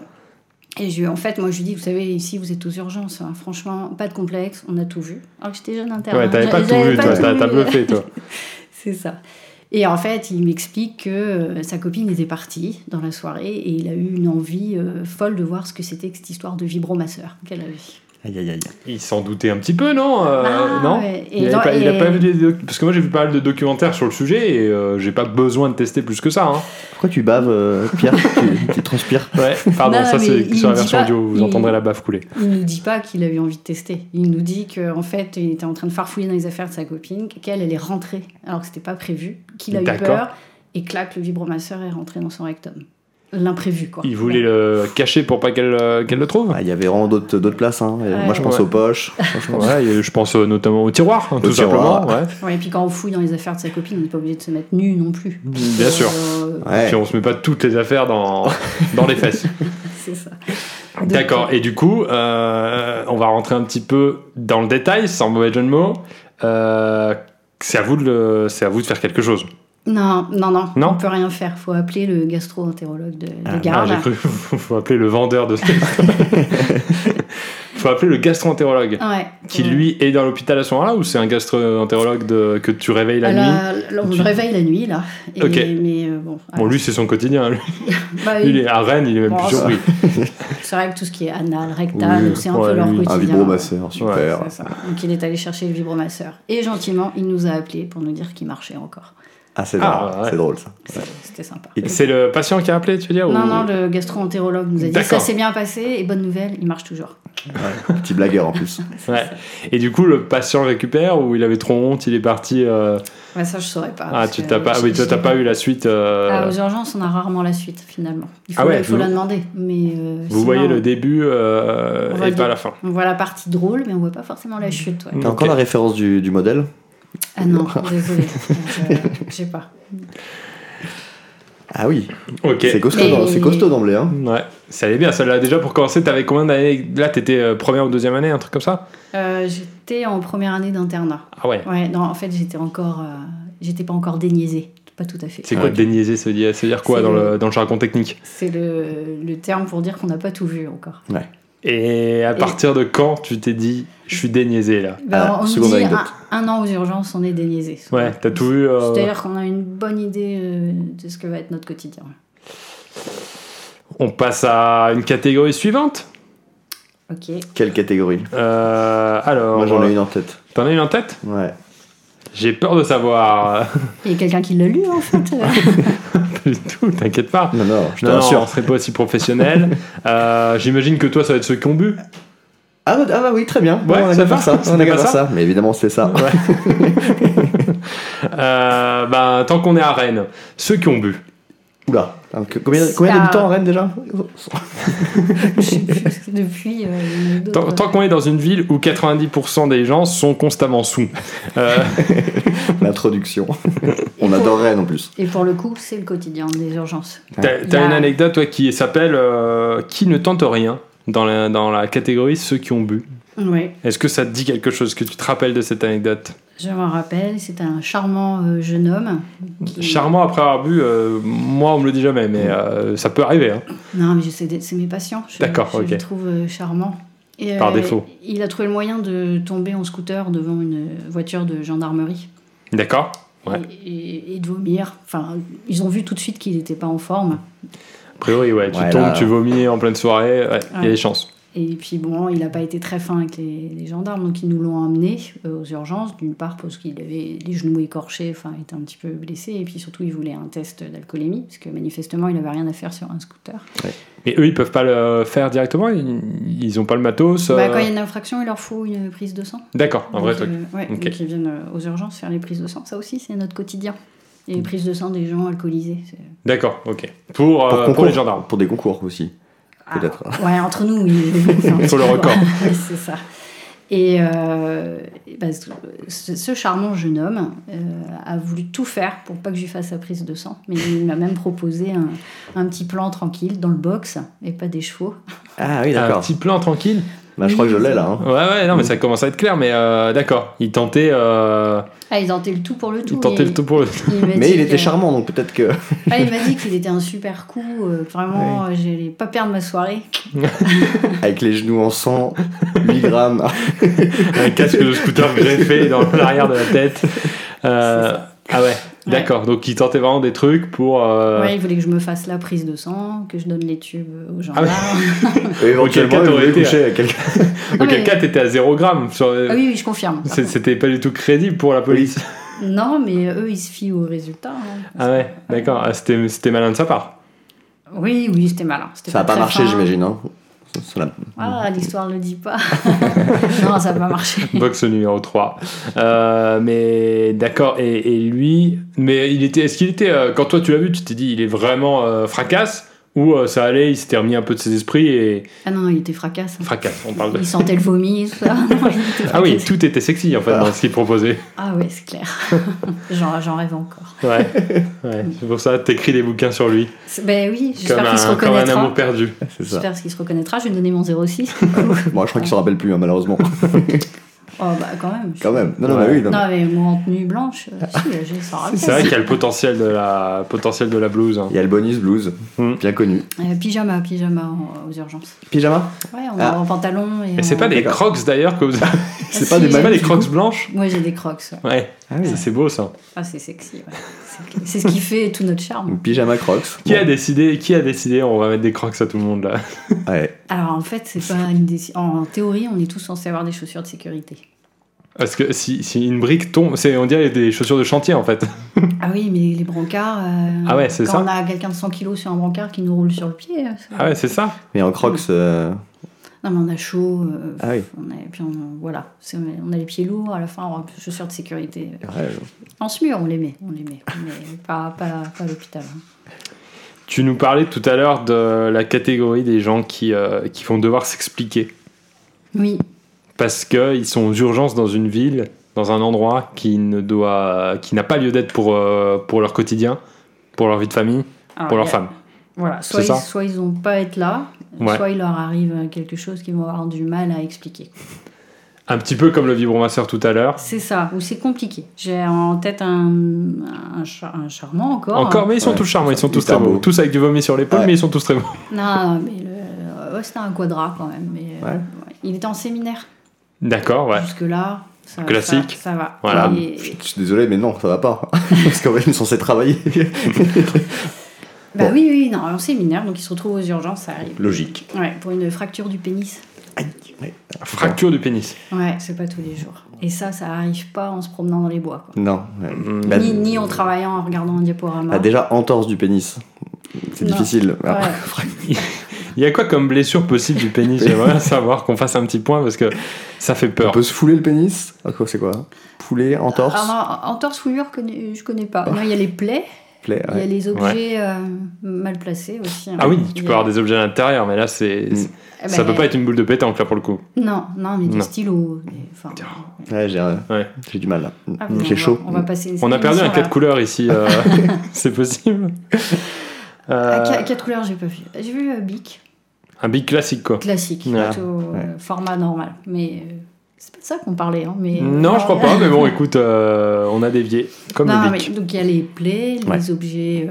Speaker 3: Et je, en fait, moi, je lui dis, vous savez, ici, vous êtes aux urgences. hein. Franchement, pas de complexe, on a tout vu. Alors que Oh, j'étais jeune interne.
Speaker 1: Ouais, t'avais
Speaker 3: hein.
Speaker 1: pas
Speaker 3: J'a-
Speaker 1: tout
Speaker 3: j'avais
Speaker 1: vu,
Speaker 3: pas
Speaker 1: toi.
Speaker 3: tout
Speaker 1: T'as
Speaker 3: vu.
Speaker 1: t'as bluffé, toi.
Speaker 3: C'est ça. Et en fait, il m'explique que euh, sa copine était partie dans la soirée et il a eu une envie euh, folle de voir ce que c'était que cette histoire de vibromasseur qu'elle avait.
Speaker 2: Aïe, aïe, aïe.
Speaker 1: Il s'en doutait un petit peu, non Euh,
Speaker 3: Ah,
Speaker 1: Non
Speaker 3: ouais. Et
Speaker 1: il, avait
Speaker 3: dans-
Speaker 1: pas, il a
Speaker 3: et- euh,
Speaker 1: pas vu des doc- Parce que moi j'ai vu pas mal de documentaires sur le sujet et euh, j'ai pas besoin de tester plus que ça. hein.
Speaker 2: Pourquoi tu baves, euh, Pierre tu, tu transpires
Speaker 1: Ouais, pardon,
Speaker 3: Non,
Speaker 1: ça
Speaker 3: mais
Speaker 1: c'est
Speaker 3: il
Speaker 1: sur la
Speaker 3: dit
Speaker 1: version
Speaker 3: pas-
Speaker 1: audio, vous
Speaker 3: il-
Speaker 1: entendrez la baffe couler.
Speaker 3: Il nous dit pas qu'il a eu envie de tester. Il nous dit qu'en fait, il était en train de farfouiller dans les affaires de sa copine, qu'elle, elle est rentrée, alors que c'était pas prévu, qu'il a eu
Speaker 1: D'accord.
Speaker 3: peur, et clac, le vibromasseur est rentré dans son rectum. L'imprévu, quoi.
Speaker 1: Il voulait le cacher pour pas qu'elle euh, qu'elle le trouve
Speaker 2: Ah, Il y avait vraiment d'autres d'autres places. Hein. Et
Speaker 3: Ouais.
Speaker 2: Moi, je pense
Speaker 1: Ouais.
Speaker 2: aux poches.
Speaker 1: Ouais, et je pense euh, notamment au tiroir, hein,
Speaker 2: Au
Speaker 1: tout
Speaker 2: tiroir.
Speaker 1: simplement. ouais.
Speaker 3: Ouais, et puis quand on fouille dans les affaires de sa copine, on n'est pas obligé de se mettre nu non plus.
Speaker 1: Bien sûr.
Speaker 3: Euh,
Speaker 2: Ouais.
Speaker 1: Puis on se met pas toutes les affaires dans, dans les fesses.
Speaker 3: C'est ça. Donc,
Speaker 1: D'accord, et du coup, euh, on va rentrer un petit peu dans le détail, sans mauvais jeu de mots. Euh, c'est à, vous de le- c'est à vous de faire quelque chose.
Speaker 3: Non, non, non,
Speaker 1: Non
Speaker 3: On peut rien faire. Faut appeler le gastro-entérologue de, de
Speaker 2: Ah,
Speaker 1: Ah,
Speaker 3: garde.
Speaker 1: j'ai cru, faut appeler le vendeur de ce faut appeler le gastro-entérologue.
Speaker 3: Ouais.
Speaker 1: Qui
Speaker 3: Ouais.
Speaker 1: lui est dans l'hôpital à ce moment-là ou c'est un gastro-entérologue de- que tu réveilles la nuit
Speaker 3: Là, là, on
Speaker 1: Tu-
Speaker 3: le réveille la nuit, là. Et-
Speaker 1: Ok.
Speaker 3: Mais euh, bon.
Speaker 1: Bon, lui, c'est son quotidien. Lui,
Speaker 3: Bah,
Speaker 1: Lui, il est à Rennes, il est même
Speaker 3: Bon,
Speaker 1: plus
Speaker 3: ça-
Speaker 1: surpris.
Speaker 3: C'est vrai que tout ce qui est anal, rectal,
Speaker 1: Oui,
Speaker 3: c'est un
Speaker 1: ouais,
Speaker 3: peu leur
Speaker 1: oui.
Speaker 3: quotidien.
Speaker 2: Un vibromasseur,
Speaker 3: Ouais,
Speaker 2: super.
Speaker 3: c'est ça. Donc il est allé chercher le vibromasseur. Et gentiment, il nous a appelés pour nous dire qu'il marchait encore.
Speaker 2: Ah, c'est
Speaker 1: Ah,
Speaker 2: drôle,
Speaker 1: ouais.
Speaker 2: c'est drôle ça.
Speaker 3: C'est- C'était sympa.
Speaker 2: Et-
Speaker 1: C'est le patient qui a appelé, tu veux dire
Speaker 3: Non,
Speaker 1: ou-
Speaker 3: non, le gastro-entérologue nous a dit
Speaker 1: D'accord.
Speaker 3: ça s'est bien passé et bonne nouvelle, il marche toujours.
Speaker 2: Petit blagueur en plus.
Speaker 1: Ouais. Et du coup, le patient récupère ou il avait trop honte, il est parti. euh,
Speaker 3: Ouais, ça, je saurais pas.
Speaker 1: Ah,
Speaker 3: parce
Speaker 1: tu
Speaker 3: que
Speaker 1: t'as pas.
Speaker 3: je-
Speaker 1: Oui, toi,
Speaker 3: je-
Speaker 1: t'as pas eu la suite. euh,
Speaker 3: Ah, aux urgences, on a rarement la suite finalement. Il faut,
Speaker 1: Ah ouais,
Speaker 3: il faut
Speaker 1: vous-
Speaker 3: la demander. Mais, euh,
Speaker 1: Vous
Speaker 3: sinon,
Speaker 1: voyez le début euh,
Speaker 3: On va
Speaker 1: et
Speaker 3: le
Speaker 1: pas
Speaker 3: dire.
Speaker 1: la fin.
Speaker 3: On voit la partie drôle, mais on voit pas forcément la chute. ouais.
Speaker 2: T'as
Speaker 1: Ok.
Speaker 2: encore la référence du, du modèle
Speaker 3: Ah non, désolé. euh, Je sais pas.
Speaker 2: Ah oui,
Speaker 1: Ok.
Speaker 2: c'est costaud,
Speaker 3: Mais-
Speaker 2: dans- c'est costaud d'emblée. Hein.
Speaker 1: Ouais, ça allait bien celle-là. Déjà pour commencer, t'avais combien d'années Là, t'étais euh, première ou deuxième année, un truc comme ça
Speaker 3: Euh, J'étais en première année d'internat.
Speaker 1: Ah ouais.
Speaker 3: Ouais, non, en fait, j'étais encore. euh, j'étais pas encore déniaisée. Pas tout à fait.
Speaker 1: C'est quoi
Speaker 2: Ouais.
Speaker 1: déniaiser se dire, se dire quoi
Speaker 3: C'est
Speaker 1: dans
Speaker 3: le-
Speaker 1: le, dans le jargon technique
Speaker 3: C'est le, le terme pour dire qu'on n'a pas tout vu encore.
Speaker 1: Et à partir de quand tu t'es dit, je suis déniaisé là
Speaker 3: Bah, on nous
Speaker 2: seconde
Speaker 3: dit
Speaker 2: anecdote.
Speaker 3: un, un an aux urgences, on est déniaisé.
Speaker 1: Ah, Ouais, t'as tout vu euh,
Speaker 3: C'est-à-dire qu'on a une bonne idée euh, de ce que va être notre quotidien.
Speaker 1: On passe à une catégorie suivante
Speaker 3: Ok.
Speaker 2: Quelle catégorie
Speaker 1: Euh, Alors,
Speaker 2: Moi j'en ai une en tête.
Speaker 1: t'en as une en tête
Speaker 2: Ouais.
Speaker 1: J'ai peur de savoir.
Speaker 3: Il y a quelqu'un qui l'a lu en fait.
Speaker 1: Pas du tout, t'inquiète pas.
Speaker 2: Non, non, je
Speaker 1: Non, non, on
Speaker 2: t'assure.
Speaker 1: serait pas aussi professionnel. Euh, J'imagine que toi, ça va être ceux qui ont bu.
Speaker 2: Ah, bah, ah bah oui, très bien. Bon, on a
Speaker 1: c'est
Speaker 2: qu'à
Speaker 1: pas-
Speaker 2: faire ça.
Speaker 1: ce
Speaker 2: On
Speaker 1: n'est
Speaker 2: a qu'à
Speaker 1: pas
Speaker 2: faire
Speaker 1: ça.
Speaker 2: ça. Mais évidemment, c'est ça.
Speaker 1: Euh, ben, tant qu'on est à Rennes, ceux qui ont bu.
Speaker 2: Oula. Alors, que- Combien,
Speaker 3: Ça-
Speaker 2: combien d'habitants en Rennes déjà
Speaker 3: Je sais plus, depuis. euh, il y en a eu d'autres.
Speaker 1: Tant, tant qu'on est dans une ville où 90% des gens sont constamment sous. Euh,
Speaker 2: L'introduction.
Speaker 3: Et
Speaker 2: On
Speaker 3: pour-
Speaker 2: adore Rennes en plus.
Speaker 3: Et pour le coup, c'est le quotidien des urgences.
Speaker 1: T'as t'as
Speaker 3: Là.
Speaker 1: une anecdote toi, qui s'appelle euh, Qui ne tente rien dans la, dans la catégorie ceux qui ont bu.
Speaker 3: Oui,
Speaker 1: Est-ce que ça te dit quelque chose que tu te rappelles de cette anecdote
Speaker 3: je m'en rappelle. C'est un charmant euh, jeune homme. qui-
Speaker 1: Charmant après avoir bu, euh, moi on me le dit jamais, mais euh, ça peut arriver. hein.
Speaker 3: Non, mais je sais, c'est mes patients. Je-
Speaker 1: D'accord,
Speaker 3: je
Speaker 1: ok.
Speaker 3: le trouve euh, charmant. Et, euh,
Speaker 1: Par défaut.
Speaker 3: Il a trouvé le moyen de tomber en scooter devant une voiture de gendarmerie
Speaker 1: D'accord Ouais.
Speaker 3: et, et- et de vomir. Enfin, ils ont vu tout de suite qu'il n'était pas en forme.
Speaker 1: A priori, ouais, tu
Speaker 2: Ouais,
Speaker 1: tombes,
Speaker 2: là.
Speaker 1: tu vomis en pleine soirée, ouais, il y a
Speaker 3: Ouais.
Speaker 1: des chances.
Speaker 3: Et puis bon, il n'a pas été très fin avec les, les gendarmes, donc ils nous l'ont emmené euh, aux urgences, d'une part parce qu'il avait les genoux écorchés, enfin il était un petit peu blessé, et puis surtout il voulait un test d'alcoolémie, parce que manifestement il n'avait rien à faire sur un scooter.
Speaker 1: Mais eux, ils peuvent pas le faire directement Ils ils ont pas le matos euh,
Speaker 3: Bah, quand il y a une infraction, il leur faut une prise de sang.
Speaker 1: D'accord, un vrai
Speaker 3: Donc,
Speaker 1: truc.
Speaker 3: euh, ouais,
Speaker 1: Ok.
Speaker 3: donc ils viennent euh, aux urgences faire les prises de sang, ça aussi c'est notre quotidien. Et
Speaker 1: Mm.
Speaker 3: les prises de sang des gens alcoolisés. c'est-
Speaker 1: D'accord, ok. Pour, euh,
Speaker 2: Pour,
Speaker 1: pour
Speaker 2: concours,
Speaker 1: les gendarmes.
Speaker 2: Pour des concours aussi.
Speaker 3: Ah,
Speaker 2: Peut-être.
Speaker 3: Ouais, entre nous, oui. Enfin,
Speaker 1: Pour le record.
Speaker 3: Ouais, c'est ça. Et euh, et ben, ce, ce charmant jeune homme euh, a voulu tout faire pour pas que je lui fasse sa prise de sang. Mais il m'a même proposé un, un petit plan tranquille dans le box et pas des chevaux.
Speaker 2: Ah oui,
Speaker 1: Un
Speaker 2: d'accord.
Speaker 1: petit plan tranquille
Speaker 2: Bah, je crois que je l'ai là. hein.
Speaker 1: Ouais, ouais, non, mais
Speaker 2: Mm.
Speaker 1: ça commence à être clair, mais euh, d'accord. Ils tentaient, euh,
Speaker 3: Ah, ils tentaient le tout pour le tout.
Speaker 1: ils tentaient
Speaker 3: mais
Speaker 1: le tout pour le.
Speaker 3: il m'a
Speaker 2: Mais
Speaker 3: dit
Speaker 2: il était
Speaker 3: que-
Speaker 2: charmant, donc peut-être que.
Speaker 3: Ah, il m'a dit qu'il était un super coup. euh, vraiment, euh, j'allais pas perdre ma soirée.
Speaker 2: Avec les genoux en sang, 8 grammes.
Speaker 1: un casque de scooter greffé dans l'arrière de la tête. Euh,
Speaker 3: C'est
Speaker 1: ah ouais, d'accord. Donc ils tentaient vraiment des trucs pour. euh,
Speaker 3: Ouais, il voulait que je me fasse la prise de sang, que je donne les tubes aux gens.
Speaker 1: Ah oui.
Speaker 2: Et éventuellement,
Speaker 1: Auquel cas,
Speaker 2: il
Speaker 1: t'aurais
Speaker 2: voulait
Speaker 1: été-
Speaker 2: coucher avec quelqu'un.
Speaker 1: Donc
Speaker 3: Ouais.
Speaker 1: le 4 était à 0 gramme. sur-
Speaker 3: Ah oui, oui, je confirme. par
Speaker 1: C'est- C'était pas du tout crédible pour la police.
Speaker 3: contre. Non, mais eux, ils se fient aux résultats. hein, parce
Speaker 1: Ah ouais, d'accord. Ah, C'était c'était malin de sa part.
Speaker 3: que- Oui, oui, c'était malin. c'était
Speaker 2: Ça n'a pas
Speaker 3: très
Speaker 2: marché,
Speaker 3: fin.
Speaker 2: j'imagine. Hein. Ça- ça l'a-
Speaker 3: Ah, l'histoire ne le dit pas. non, ça n'a pas marché.
Speaker 1: Box numéro 3. Euh, mais d'accord. Et, et lui. Mais il était. Est-ce qu'il était. euh, quand toi tu l'as vu, tu t'es dit il est vraiment euh, fracasse ou euh, ça allait, il s'était remis un peu de ses esprits et
Speaker 3: Ah non, il était fracasse.
Speaker 1: fracasse, on parle de...
Speaker 3: Il sentait le vomi, tout ça. Non, il était
Speaker 1: Ah oui,
Speaker 3: fracasse.
Speaker 1: tout était sexy en fait dans ce qu'il proposait.
Speaker 3: Ah ouais, c'est clair. J'en j'en rêve encore.
Speaker 1: Ouais, ouais. c'est pour ça que t'écris des bouquins sur lui.
Speaker 3: C'est- Ben oui,
Speaker 1: Comme
Speaker 3: j'espère qu'il se
Speaker 1: un, comme un
Speaker 3: reconnaîtra.
Speaker 1: amour perdu.
Speaker 2: C'est ça.
Speaker 3: J'espère qu'il se reconnaîtra. Je vais donner mon 06.
Speaker 2: Bon, je crois qu'il s'en rappelle plus, hein, malheureusement.
Speaker 3: Oh bah quand même.
Speaker 2: Quand même. Ah. Non, non,
Speaker 1: Ouais.
Speaker 2: bah oui. non.
Speaker 3: Non, mais moi en tenue blanche, euh, si, j'ai ça rappelle.
Speaker 1: C'est vrai qu'il y a le potentiel de la, potentiel de la blouse. hein.
Speaker 2: Il y a le bonus blues,
Speaker 1: Hmm.
Speaker 2: bien connu.
Speaker 3: Euh, pyjama, pyjama en- aux urgences.
Speaker 2: Pyjama
Speaker 3: Ouais, on
Speaker 2: Ah.
Speaker 3: en pantalon. Et,
Speaker 1: Et c'est
Speaker 3: en-
Speaker 1: pas des
Speaker 2: D'accord.
Speaker 1: crocs d'ailleurs que vous avez.
Speaker 2: C'est pas
Speaker 3: Ah, si.
Speaker 2: des
Speaker 1: C'est pas
Speaker 2: mamies,
Speaker 1: des
Speaker 2: du
Speaker 1: crocs
Speaker 2: coup
Speaker 1: blanches
Speaker 3: Moi j'ai des crocs. ouais.
Speaker 1: Ouais,
Speaker 2: Ah oui.
Speaker 1: ça, c'est beau ça.
Speaker 3: Ah, c'est sexy. ouais. C'est- C'est ce qui fait tout notre charme.
Speaker 2: Pyjama crocs.
Speaker 1: Qui a
Speaker 2: Bon.
Speaker 1: décidé Qui a décidé On va mettre des crocs à tout le monde là.
Speaker 2: Ouais.
Speaker 3: Alors en fait, c'est pas une déci- En théorie, on est tous censés avoir des chaussures de sécurité.
Speaker 1: Parce que si, si une brique tombe, c'est on dirait des chaussures de chantier en fait.
Speaker 3: Ah oui, mais les brancards. euh,
Speaker 1: Ah ouais, c'est
Speaker 3: quand
Speaker 1: ça.
Speaker 3: on a quelqu'un de 100 kilos sur un brancard qui nous roule sur le pied. euh, ça-
Speaker 1: Ah ouais, c'est ça.
Speaker 2: Mais en crocs. euh,
Speaker 3: Non, mais on a chaud. euh,
Speaker 2: Ah oui.
Speaker 3: on a- puis on, voilà, C'est- on a les pieds lourds. À la fin, on aura plus de chaussures de sécurité.
Speaker 2: ouais.
Speaker 3: En ce mur, on les met. On les met. Mais pas, pas, pas à l'hôpital. hein.
Speaker 1: Tu nous parlais tout à l'heure de la catégorie des gens qui, euh, qui vont devoir s'expliquer.
Speaker 3: Oui,
Speaker 1: parce qu'ils sont aux urgences dans une ville, dans un endroit qui ne doit, qui n'a pas lieu d'être pour, euh, pour leur quotidien, pour leur vie de famille,
Speaker 3: Alors,
Speaker 1: pour
Speaker 3: il
Speaker 1: leur
Speaker 3: y a-
Speaker 1: femme.
Speaker 3: Voilà, soit
Speaker 1: C'est ça
Speaker 3: ils, soit ils n'ont pas à être là,
Speaker 1: Ouais.
Speaker 3: soit il leur arrive quelque chose qu'ils vont avoir du mal à expliquer.
Speaker 1: Un petit peu comme le vibromasseur tout à l'heure.
Speaker 3: C'est ça, ou c'est compliqué. J'ai en tête un, un, char- un charmant encore.
Speaker 1: Encore, mais ils sont
Speaker 2: Ouais.
Speaker 1: tous charmants, ils sont tous
Speaker 2: Hyper
Speaker 1: très beaux.
Speaker 2: beaux.
Speaker 1: Tous avec du vomi sur l'épaule,
Speaker 2: Ouais.
Speaker 1: mais ils sont tous très beaux.
Speaker 3: Non, mais le- ouais, c'était un quadra quand même. Mais, euh,
Speaker 2: Ouais.
Speaker 3: ouais. Il était en séminaire.
Speaker 1: D'accord, ouais.
Speaker 3: Jusque-là, ça,
Speaker 1: Classique.
Speaker 3: ça, ça va.
Speaker 1: Voilà.
Speaker 3: Et-
Speaker 2: Je suis désolé, mais non, ça va pas. Parce qu'en fait, ils sont censés travailler.
Speaker 3: bah
Speaker 2: Bon.
Speaker 3: oui, oui, non, en séminaire, donc ils se retrouvent aux urgences, ça arrive.
Speaker 2: Logique.
Speaker 3: Ouais, pour une fracture du pénis.
Speaker 1: Fracture du pénis.
Speaker 3: Ouais, c'est pas tous les jours. Et ça, ça arrive pas en se promenant dans les bois. quoi.
Speaker 2: Non. ouais.
Speaker 1: Mm.
Speaker 2: Bah,
Speaker 3: ni, ni en travaillant, en regardant un diaporama.
Speaker 1: Bah,
Speaker 2: Ah, déjà entorse du pénis. C'est
Speaker 3: Non.
Speaker 2: difficile. Ah,
Speaker 3: Ouais.
Speaker 1: Il y a quoi comme blessure possible du pénis J'aimerais savoir qu'on fasse un petit point parce que ça fait
Speaker 2: On
Speaker 1: peur.
Speaker 2: peut se fouler le pénis Ah, quoi, c'est quoi Poulet, entorse
Speaker 3: Alors, Ah, en torse fouillure, connais- je connais
Speaker 1: Oh.
Speaker 3: pas. Non, il y a les plaies,
Speaker 2: plaie,
Speaker 3: il y a
Speaker 2: ouais.
Speaker 3: les objets euh, mal placés aussi. hein.
Speaker 1: Ah oui,
Speaker 3: Il
Speaker 1: tu
Speaker 3: y
Speaker 1: peux
Speaker 3: a-
Speaker 1: avoir des objets à l'intérieur, mais là, c'est,
Speaker 2: Mm.
Speaker 3: Eh
Speaker 1: ça
Speaker 3: ben,
Speaker 1: peut pas être une boule de pétanque là pour le coup.
Speaker 3: Non, non, mais des
Speaker 1: Non.
Speaker 3: stylos. des- enfin,
Speaker 2: Ouais, j'ai euh,
Speaker 1: Ouais.
Speaker 2: j'ai du mal là. Mm,
Speaker 3: ah, mais on
Speaker 2: J'ai
Speaker 3: va-
Speaker 2: chaud.
Speaker 3: On va passer. une
Speaker 1: On a perdu un
Speaker 3: émission,
Speaker 1: cas de
Speaker 3: là.
Speaker 1: couleur ici, euh, c'est possible.
Speaker 3: Ah,
Speaker 1: Euh,
Speaker 3: quatre- quatre couleurs, j'ai pas vu. J'ai vu euh, Bic,
Speaker 1: un big classique quoi.
Speaker 3: classique,
Speaker 1: Ouais.
Speaker 3: plutôt euh, format normal. Mais euh, c'est pas de ça qu'on parlait. hein, mais,
Speaker 1: Non, je crois pas, mais bon,
Speaker 3: bon
Speaker 1: écoute, euh, on a dévié, comme
Speaker 3: Non,
Speaker 1: le
Speaker 3: mais
Speaker 1: bic.
Speaker 3: donc il y a les plaies, les
Speaker 2: Ouais.
Speaker 3: objets euh,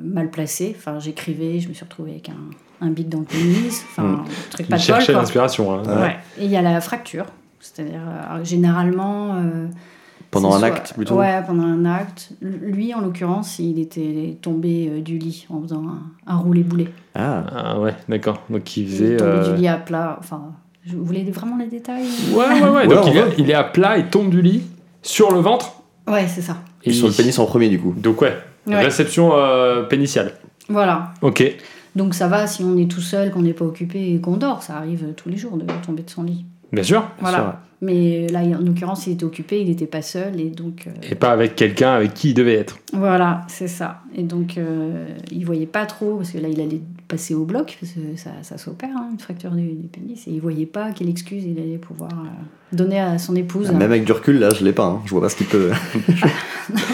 Speaker 3: mal placés. Enfin, j'écrivais, je me suis retrouvée avec un, un bic dans le pénis.
Speaker 1: Hmm.
Speaker 3: Enfin, un truc pas
Speaker 1: Il
Speaker 3: de bol,
Speaker 1: cherchait
Speaker 3: quoi.
Speaker 2: Ah
Speaker 1: l'inspiration. hein.
Speaker 3: Ouais. Et il y a la fracture, c'est-à-dire euh, généralement euh,
Speaker 2: Pendant
Speaker 3: C'est
Speaker 2: un
Speaker 3: soit-
Speaker 2: acte plutôt
Speaker 3: Ouais, pendant un acte. Lui, en l'occurrence, il était tombé euh, du lit en faisant un, un roulé-boulet.
Speaker 2: Ah,
Speaker 1: Ah ouais, d'accord. Donc il
Speaker 3: Il
Speaker 1: faisait.
Speaker 3: est tombé
Speaker 1: euh,
Speaker 3: du lit à plat. Enfin, je- vous voulez vraiment les détails
Speaker 1: Ouais, ouais, ouais.
Speaker 2: Ouais,
Speaker 1: Donc
Speaker 2: on
Speaker 1: il, est-
Speaker 2: va.
Speaker 1: il est à plat, il tombe du lit, sur le ventre.
Speaker 3: Ouais, c'est ça.
Speaker 2: et sur le pénis en premier du coup.
Speaker 1: Donc ouais,
Speaker 3: Ouais.
Speaker 1: réception euh, pénitiale.
Speaker 3: Voilà.
Speaker 1: Ok.
Speaker 3: Donc ça va si on est tout seul, qu'on n'est pas occupé et qu'on dort. Ça arrive tous les jours de tomber de son lit.
Speaker 1: Bien sûr.
Speaker 3: Voilà.
Speaker 2: sûr, ouais.
Speaker 3: Mais là, en l'occurrence, il était occupé, il n'était pas seul. Et donc, euh,
Speaker 1: Et pas avec quelqu'un avec qui il devait être.
Speaker 3: voilà, c'est ça. Et donc, euh, il voyait pas trop, parce que là, il allait passer au bloc, parce que ça, ça s'opère, hein, une fracture du, du pénis. Et il voyait pas quelle excuse il allait pouvoir euh, donner à son épouse.
Speaker 1: Ah,
Speaker 2: Même avec du recul, là, je l'ai pas. hein. Je vois pas ce qu'il peut.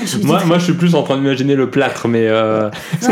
Speaker 3: J'ai dit
Speaker 1: Moi,
Speaker 3: très-
Speaker 1: moi, je suis plus en train d'imaginer le plâtre, mais euh,
Speaker 3: Non,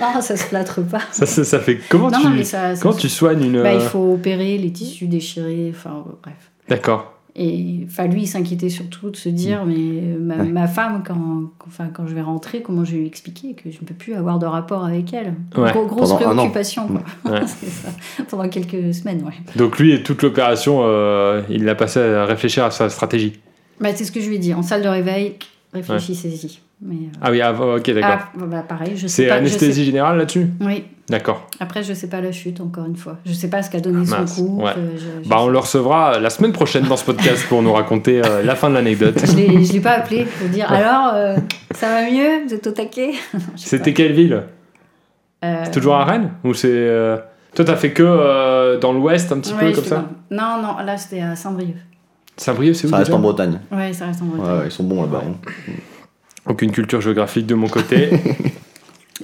Speaker 3: non, ça se plâtre pas.
Speaker 1: ça, ça, ça fait comment
Speaker 3: non,
Speaker 1: tu
Speaker 3: non, mais ça. ça
Speaker 1: comment
Speaker 3: se-
Speaker 1: tu soignes une.
Speaker 3: Bah, il
Speaker 1: euh,
Speaker 3: faut opérer les tissus déchirés, enfin, bref.
Speaker 1: D'accord.
Speaker 3: Et enfin, lui, il s'inquiétait surtout de se
Speaker 1: Mm.
Speaker 3: dire, mais euh, ma,
Speaker 2: Ouais.
Speaker 3: ma femme, quand, enfin, quand je vais rentrer, comment je vais lui expliquer que je ne peux plus avoir de rapport avec elle
Speaker 1: Ouais.
Speaker 3: Gros- Grosse
Speaker 2: Pendant un an.
Speaker 3: préoccupation, quoi.
Speaker 1: Mm. Ouais.
Speaker 3: C'est ça. Pendant quelques semaines, ouais.
Speaker 1: Donc lui, toute l'opération, euh, il l'a passé à réfléchir à sa stratégie.
Speaker 3: Bah, c'est ce que je lui ai dit. En salle de réveil, réfléchissez-y. Mais, euh,
Speaker 1: Ah oui, ah, ok, d'accord.
Speaker 3: ah, bah, pareil, je sais
Speaker 1: C'est
Speaker 3: pas. je
Speaker 1: anesthésie générale là-dessus
Speaker 3: sais- Oui.
Speaker 1: D'accord.
Speaker 3: Après, je sais pas la chute, encore une fois. Je sais pas ce qu'a donné son
Speaker 1: Ah, mince,
Speaker 3: coup.
Speaker 1: ouais.
Speaker 3: Je, je- je
Speaker 1: Bah,
Speaker 3: sais
Speaker 1: on le recevra la semaine prochaine dans ce podcast pour nous raconter euh, la fin de l'anecdote.
Speaker 3: pas. je l'ai- je l'ai pas appelé pour dire alors euh, ça va mieux vous êtes au taquet Non, je sais
Speaker 1: C'était quelle ville
Speaker 3: pas. Euh,
Speaker 1: C'est toujours à Rennes Ou c'est... euh, Toi, t'as fait que euh, dans l'ouest, un petit
Speaker 3: ouais,
Speaker 1: peu, comme
Speaker 3: je
Speaker 1: ça
Speaker 3: sais pas. non non là c'était à Saint-Brieuc
Speaker 1: Saint-Brieuc, c'est où
Speaker 2: Ça reste
Speaker 1: déjà
Speaker 2: en Bretagne.
Speaker 3: Ouais, ça reste en
Speaker 2: Ouais,
Speaker 3: Bretagne.
Speaker 2: ouais, ils sont bons là-bas. hein.
Speaker 1: Aucune culture géographique de mon côté.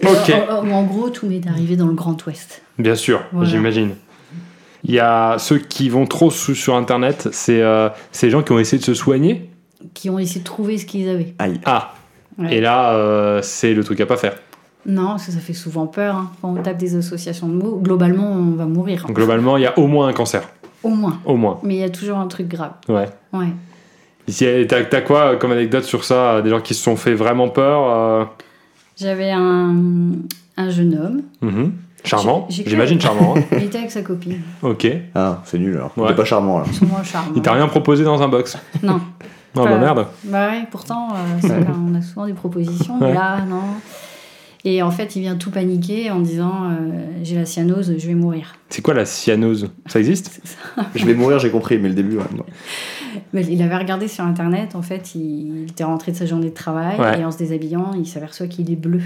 Speaker 1: ok,
Speaker 3: Euh, en- en- en gros, tout m'est arrivé dans le Grand Ouest.
Speaker 1: bien sûr,
Speaker 3: Voilà.
Speaker 1: j'imagine. Il y a ceux qui vont trop sous- sur Internet, c'est euh, ces gens qui ont essayé de se soigner.
Speaker 3: Qui ont essayé de trouver ce qu'ils avaient.
Speaker 1: Ah
Speaker 3: Ouais.
Speaker 1: Et là, euh, c'est le truc à pas faire.
Speaker 3: Non, parce que ça fait souvent peur. hein. Quand on tape des associations de mots, globalement, on va mourir.
Speaker 1: Donc, globalement, il y a au moins un cancer.
Speaker 3: Au moins.
Speaker 1: Au moins.
Speaker 3: Mais il y a toujours un truc grave.
Speaker 1: Ouais.
Speaker 3: Ouais.
Speaker 1: Ici, T'as t'as quoi euh, comme anecdote sur ça euh, Des gens qui se sont fait vraiment peur euh,
Speaker 3: J'avais un, un jeune homme.
Speaker 1: mhm. Charmant,
Speaker 3: J'ai- j'ai que-
Speaker 1: j'imagine charmant. hein.
Speaker 3: Il était avec sa copine.
Speaker 1: Ok.
Speaker 2: Ah, c'est nul alors.
Speaker 1: Ouais.
Speaker 2: C'est pas charmant là.
Speaker 3: Sûrement charmant.
Speaker 1: Il t'a rien proposé dans un box
Speaker 3: Non.
Speaker 1: Non, bah
Speaker 3: Pas-
Speaker 1: merde.
Speaker 3: Bah ouais, pourtant, euh, ça, là, on a souvent des propositions, mais
Speaker 1: Ouais.
Speaker 3: là, non. Et en fait, il vient tout paniquer en disant euh, J'ai la cyanose, je vais mourir.
Speaker 1: C'est quoi la cyanose Ça existe
Speaker 2: Je vais mourir, j'ai compris, mais le début. ouais, non.
Speaker 3: Mais il avait regardé sur internet, en fait, il, il était rentré de sa journée de travail
Speaker 1: Ouais.
Speaker 3: et en se déshabillant, il s'aperçoit qu'il est bleu.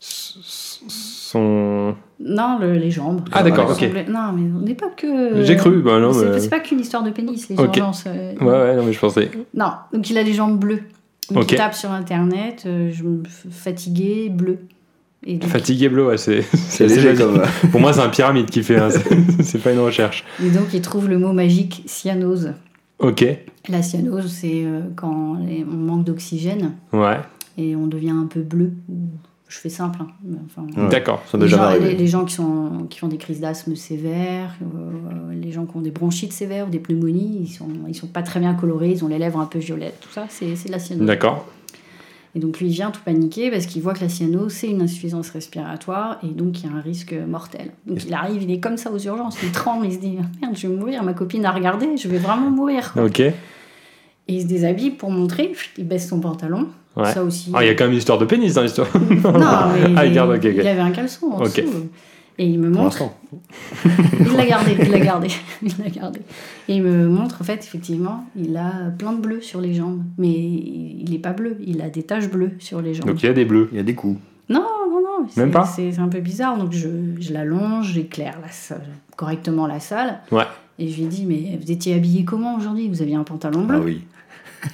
Speaker 1: S- s- Son.
Speaker 3: Non, le- les jambes.
Speaker 1: Ah, d'accord,
Speaker 3: Il
Speaker 1: ok.
Speaker 3: semblait- Non, mais on n'est pas que.
Speaker 1: J'ai cru, bah non,
Speaker 3: Euh, C'est
Speaker 1: mais-
Speaker 3: c'est pas qu'une histoire de pénis, les
Speaker 1: Ok.
Speaker 3: urgences. euh,
Speaker 1: Ouais, ouais, non, mais je pensais.
Speaker 3: Non, donc il a les jambes bleues. Donc
Speaker 1: Ok.
Speaker 3: il tape sur internet, euh, je me f- fatigué, bleu. Et donc,
Speaker 1: Fatigué bleu, ouais, c'est.
Speaker 2: C'est léger
Speaker 1: magique.
Speaker 2: comme.
Speaker 1: Pour moi, c'est un pyramide qui fait. hein, c'est- C'est pas une recherche.
Speaker 3: et donc il trouve le mot magique cyanose.
Speaker 1: Ok.
Speaker 3: La cyanose, c'est euh, quand les- on manque d'oxygène
Speaker 1: Ouais.
Speaker 3: et on devient un peu bleu. ou- Je fais simple, hein, mais enfin,
Speaker 2: Ouais.
Speaker 1: D'accord.
Speaker 2: Ça m'est
Speaker 3: Les
Speaker 2: jamais
Speaker 3: gens, les,
Speaker 2: arrivé.
Speaker 3: les gens qui, sont, qui font des crises d'asthme sévères, euh, les gens qui ont des bronchites sévères ou des pneumonies, ils sont, ils sont pas très bien colorés, ils ont les lèvres un peu violettes, tout ça, c'est c'est de la cyanose.
Speaker 1: D'accord.
Speaker 3: Et donc lui, il vient tout paniquer parce qu'il voit que la cyanose, c'est une insuffisance respiratoire et donc il y a un risque mortel. Donc il arrive, il est comme ça aux urgences, il tremble, il se dit Ah, Merde, je vais mourir, ma copine a regardé, je vais vraiment mourir. quoi.
Speaker 1: Ok.
Speaker 3: Et il se déshabille pour montrer, pff, il baisse son pantalon.
Speaker 1: Ouais.
Speaker 3: Ça aussi. euh,
Speaker 1: Ah, il y a quand même une histoire de pénis dans l'histoire.
Speaker 3: Non, mais
Speaker 1: Ah, il
Speaker 3: il,
Speaker 1: garde, ok, ok.
Speaker 3: il avait un caleçon en
Speaker 1: Ok.
Speaker 3: dessous. Et il me
Speaker 2: Pour
Speaker 3: montre.
Speaker 2: l'instant.
Speaker 3: Il l'a gardé, il l'a gardé, il l'a gardé. Et il me montre, en fait, effectivement, il a plein de bleus sur les jambes. Mais il n'est pas bleu, il a des taches bleues sur les jambes.
Speaker 1: Donc, il y a des bleus.
Speaker 2: Il y a des coups.
Speaker 3: Non, non, non. c'est-
Speaker 1: Même pas
Speaker 3: C'est c'est un peu bizarre. Donc, je, je l'allonge, j'éclaire la salle- correctement la salle.
Speaker 1: Ouais.
Speaker 3: Et je lui dis, mais vous étiez habillé comment aujourd'hui Vous aviez un pantalon
Speaker 2: Ah
Speaker 3: bleu
Speaker 2: oui.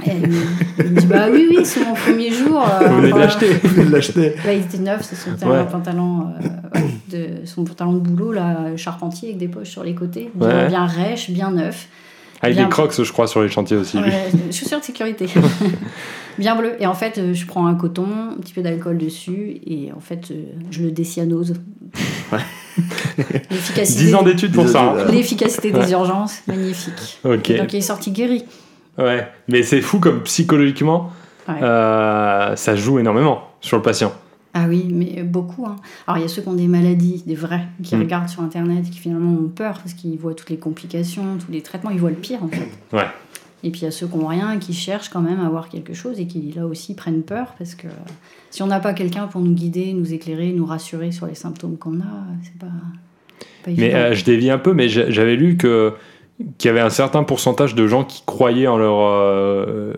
Speaker 3: Et elle me, elle me dit, bah oui, oui, c'est mon premier jour. euh,
Speaker 1: Ah Vous venez de
Speaker 3: voilà.
Speaker 1: l'acheter.
Speaker 2: Vous venez de l'acheter.
Speaker 3: Là, il était neuf, c'est son
Speaker 1: Ouais.
Speaker 3: pantalon, euh, ouais, de, son pantalon de boulot, là, charpentier, avec des poches sur les côtés, bien,
Speaker 1: Ouais.
Speaker 3: bien rêche, bien neuf,
Speaker 1: Avec
Speaker 3: Bien.
Speaker 1: des crocs, je crois, sur les chantiers aussi. lui.
Speaker 3: Ouais, chaussures de sécurité, bien bleu. Et en fait, euh, je prends un coton, un petit peu d'alcool dessus, et en fait, euh, je le décyanose. L'efficacité
Speaker 1: 10 ans d'études pour
Speaker 2: Dix
Speaker 1: ça.
Speaker 2: ans
Speaker 1: hein.
Speaker 2: d'études.
Speaker 3: l'efficacité des urgences, magnifique.
Speaker 1: Ok.
Speaker 3: Donc, il est sorti guéri.
Speaker 1: Ouais. Mais c'est fou comme psychologiquement,
Speaker 3: Ouais.
Speaker 1: euh, ça joue énormément sur le patient.
Speaker 3: Ah oui, mais beaucoup. hein. Alors, il y a ceux qui ont des maladies, des vrais, qui
Speaker 1: Mm.
Speaker 3: regardent sur Internet, qui finalement ont peur parce qu'ils voient toutes les complications, tous les traitements, ils voient le pire en fait.
Speaker 1: Mm. Ouais.
Speaker 3: Et puis il y a ceux qui n'ont rien et qui cherchent quand même à avoir quelque chose et qui là aussi prennent peur parce que euh, si on n'a pas quelqu'un pour nous guider, nous éclairer, nous rassurer sur les symptômes qu'on a, c'est pas, pas
Speaker 1: Mais
Speaker 3: évident.
Speaker 1: euh, je dévie un peu, mais j'a- j'avais lu que qu'il y avait un certain pourcentage de gens qui croyaient en leur euh,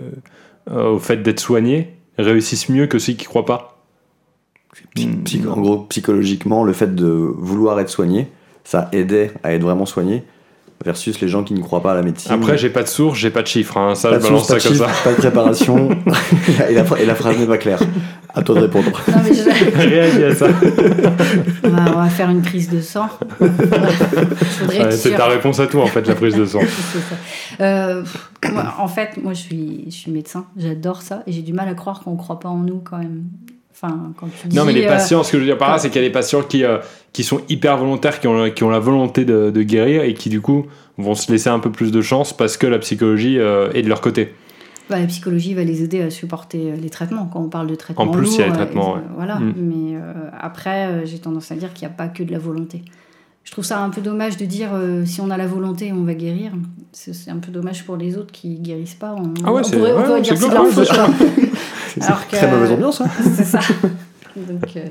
Speaker 1: euh, au fait d'être soignés réussissent mieux que ceux qui croient pas.
Speaker 2: Psy-
Speaker 1: Mm.
Speaker 2: psy- en gros, psychologiquement, le fait de vouloir être soigné, ça aidait à être vraiment soigné, versus les gens qui ne croient pas à la médecine.
Speaker 1: Après, j'ai pas de source, j'ai pas de chiffres. hein. Ça,
Speaker 2: pas
Speaker 1: je
Speaker 2: de
Speaker 1: balance
Speaker 2: source, pas de
Speaker 1: ça comme ça.
Speaker 2: chiffre, pas de préparation. et, la, fra- et la phrase n'est pas claire. À toi de répondre.
Speaker 3: Non, mais je-
Speaker 1: Réagis à ça.
Speaker 3: on, va, on va faire une prise de sang. Faudrait
Speaker 1: Ouais,
Speaker 3: être
Speaker 1: c'est
Speaker 3: sûr.
Speaker 1: ta réponse à tout en fait, la prise de sang.
Speaker 3: C'est ça. Euh, pff, moi, en fait, moi, je suis, je suis médecin. J'adore ça. Et j'ai du mal à croire qu'on ne croit pas en nous quand même. Enfin, quand tu dis...
Speaker 1: Non, mais les
Speaker 3: euh,
Speaker 1: patients, ce que je veux dire par là,
Speaker 3: quand-
Speaker 1: c'est qu'il y a des patients qui, euh, qui sont hyper volontaires, qui ont, qui ont la volonté de, de guérir et qui, du coup, vont se laisser un peu plus de chance parce que la psychologie euh, est de leur côté.
Speaker 3: bah, la psychologie va les aider à supporter euh, les traitements. Quand on parle de traitements
Speaker 1: plus, il y a les
Speaker 3: lourds, euh,
Speaker 1: traitements,
Speaker 3: euh,
Speaker 1: ouais.
Speaker 3: Voilà.
Speaker 1: Mm.
Speaker 3: Mais euh, après, euh, j'ai tendance à dire qu'il n'y a pas que de la volonté. Je trouve ça un peu dommage de dire euh, si on a la volonté, on va guérir. C'est c'est un peu dommage pour les autres qui guérissent pas. On,
Speaker 1: Ah ouais,
Speaker 3: on
Speaker 1: c'est-
Speaker 3: pourrait, on
Speaker 1: ouais,
Speaker 3: pourrait
Speaker 1: ouais,
Speaker 3: dire
Speaker 1: c'est
Speaker 3: c'est de leur
Speaker 1: glauque, ouais,
Speaker 3: faute. quoi.
Speaker 2: C'est
Speaker 3: Alors
Speaker 2: c'est très
Speaker 3: que-
Speaker 2: mauvaise ambiance. hein.
Speaker 3: C'est ça. Donc, euh,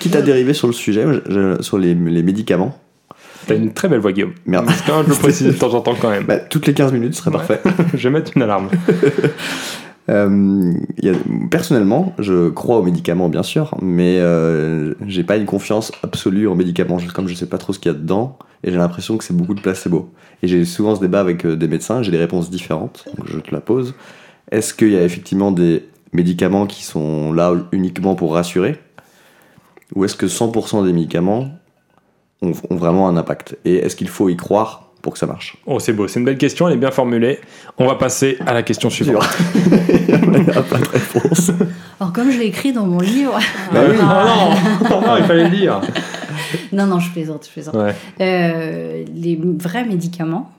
Speaker 2: Quitte à dériver sur le sujet, moi, je- je- sur les, les médicaments.
Speaker 1: T'as une très belle voix, Guillaume.
Speaker 2: Merde.
Speaker 1: Parce que, hein, je le précise de temps en temps quand même.
Speaker 2: Bah, toutes les 15 minutes, ce serait
Speaker 1: Ouais.
Speaker 2: parfait.
Speaker 1: Je vais mettre une alarme.
Speaker 2: Euh, il y a- personnellement, je crois aux médicaments, bien sûr, mais euh, j'ai pas une confiance absolue en médicaments, je- comme je sais pas trop ce qu'il y a dedans, et j'ai l'impression que c'est beaucoup de placebo. Et j'ai souvent ce débat avec euh, des médecins, j'ai des réponses différentes, donc je te la pose. Est-ce qu'il y a effectivement des médicaments qui sont là uniquement pour rassurer Ou est-ce que 100% des médicaments ont, ont vraiment un impact Et est-ce qu'il faut y croire pour que ça marche
Speaker 1: Oh, c'est beau, c'est une belle question, elle est bien formulée. On va passer à la question suivante.
Speaker 2: Il y a pas de réponse.
Speaker 3: alors comme je l'ai écrit dans mon livre,
Speaker 2: Bah oui.
Speaker 1: Ah, non, non, il fallait le dire.
Speaker 3: non non je plaisante, je plaisante.
Speaker 1: Ouais.
Speaker 3: Euh, les vrais médicaments,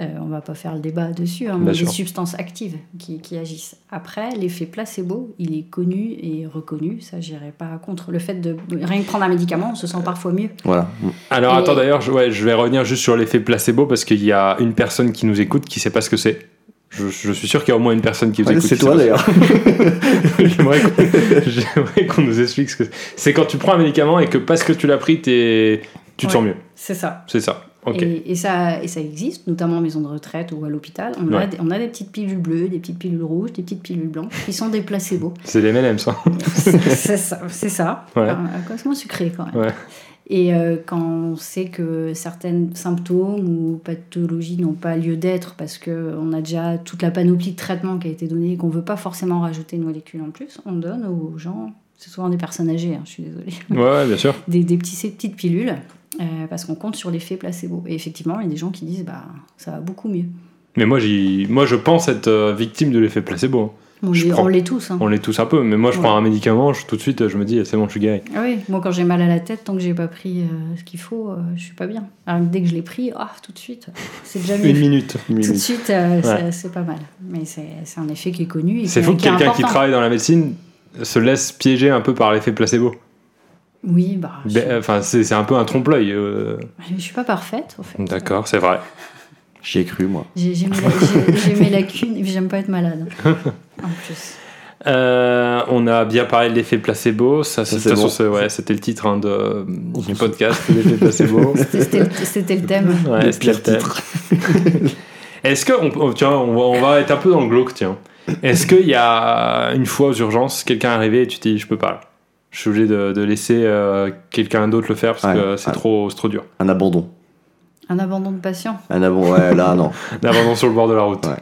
Speaker 3: euh, on va pas faire le débat dessus, hein,
Speaker 1: Bien
Speaker 3: mais les
Speaker 1: sûr.
Speaker 3: substances actives qui, qui agissent. Après l'effet placebo, il est connu et reconnu, ça j'irai pas contre. Le fait de rien que prendre un médicament, on se sent parfois mieux.
Speaker 2: Voilà.
Speaker 1: Alors
Speaker 3: Et-
Speaker 1: attends d'ailleurs, je, ouais, je vais revenir juste sur l'effet placebo parce qu'il y a une personne qui nous écoute qui sait pas ce que c'est. Je, je suis sûr qu'il y a au moins une personne qui vous
Speaker 2: Ouais,
Speaker 1: écoute.
Speaker 2: Ah, c'est
Speaker 1: qui sait
Speaker 2: toi
Speaker 1: pas ce que
Speaker 2: d'ailleurs.
Speaker 1: J'aimerais qu'on j'aimerais qu'on nous explique ce que c'est. c'est. quand tu prends un médicament et que parce que tu l'as pris, t'es- tu te
Speaker 3: Ouais.
Speaker 1: sens mieux.
Speaker 3: C'est ça.
Speaker 1: C'est ça. Ok.
Speaker 3: Et, et ça, et ça existe, notamment en maison de retraite ou à l'hôpital. On, a,
Speaker 1: Ouais.
Speaker 3: des- on a des petites pilules bleues, des petites pilules rouges, des petites pilules blanches qui sont des placebos.
Speaker 1: C'est des MLM, ça.
Speaker 3: c'est ça. C'est ça.
Speaker 1: Ouais.
Speaker 3: Enfin, un cosmo sucré quand même.
Speaker 1: Ouais.
Speaker 3: Et euh, quand on sait que certains symptômes ou pathologies n'ont pas lieu d'être parce qu'on a déjà toute la panoplie de traitements qui a été donnée et qu'on ne veut pas forcément rajouter une molécule en plus, on donne aux gens, c'est souvent des personnes âgées, hein, je suis désolée,
Speaker 1: Ouais, ouais, bien sûr.
Speaker 3: des, des petits, ces petites pilules euh, parce qu'on compte sur l'effet placebo. Et effectivement, il y a des gens qui disent bah ça va beaucoup mieux.
Speaker 1: Mais moi, j'y- moi je pense être euh, victime de l'effet placebo.
Speaker 3: On
Speaker 1: Je
Speaker 3: l'est-
Speaker 1: prends.
Speaker 3: on l'est tous. hein.
Speaker 1: On l'est tous un peu, mais moi, je
Speaker 3: Ouais.
Speaker 1: prends un médicament, je, tout de suite, je me dis, eh, c'est bon, je suis guéri.
Speaker 3: Ah oui, moi quand j'ai mal à la tête, tant que j'ai pas pris euh, ce qu'il faut, euh, je suis pas bien. Alors que dès que je l'ai pris, ah, tout de suite, c'est déjà mieux.
Speaker 1: Une minute.
Speaker 3: Tout de suite, euh, ça-
Speaker 1: Ouais.
Speaker 3: c'est pas mal. Mais c'est c'est un effet qui est connu. et
Speaker 1: C'est
Speaker 3: qui-
Speaker 1: fou que
Speaker 3: qui est
Speaker 1: quelqu'un qui
Speaker 3: important.
Speaker 1: travaille dans la médecine se laisse piéger un peu par l'effet placebo.
Speaker 3: Oui, bah, je,
Speaker 1: Ben, Enfin, c'est c'est un peu un trompe-l'œil. euh.
Speaker 3: je suis pas parfaite, en fait.
Speaker 1: D'accord, c'est vrai.
Speaker 2: J'y ai cru, moi.
Speaker 3: J'ai j'ai mes, la- j'ai- j'ai mes lacunes et puis j'aime pas être malade. En plus.
Speaker 1: Euh, on a bien parlé de l'effet placebo. Ça, c'est- de
Speaker 2: c'est
Speaker 1: toute façon,
Speaker 2: bon.
Speaker 1: c'est- ouais, c'était le titre hein, de, du podcast, l'effet placebo.
Speaker 3: C'était le- C'était le thème.
Speaker 1: Ouais,
Speaker 2: Le
Speaker 1: c'était le
Speaker 2: pire
Speaker 1: thème. Est-ce que, on, oh, tiens, on va, on va être un peu dans le glauque, tiens. Est-ce qu'il y a une fois aux urgences, quelqu'un est arrivé et tu te dis, je peux pas. là. Je suis obligé de, de laisser euh, quelqu'un d'autre le faire parce
Speaker 2: Ouais.
Speaker 1: que c'est
Speaker 2: Ah.
Speaker 1: trop, c'est trop dur.
Speaker 2: Un abandon.
Speaker 3: Un abandon de patient.
Speaker 2: Un abandon, ouais, là, non.
Speaker 1: D'abandon sur le bord de la route.
Speaker 2: Ouais.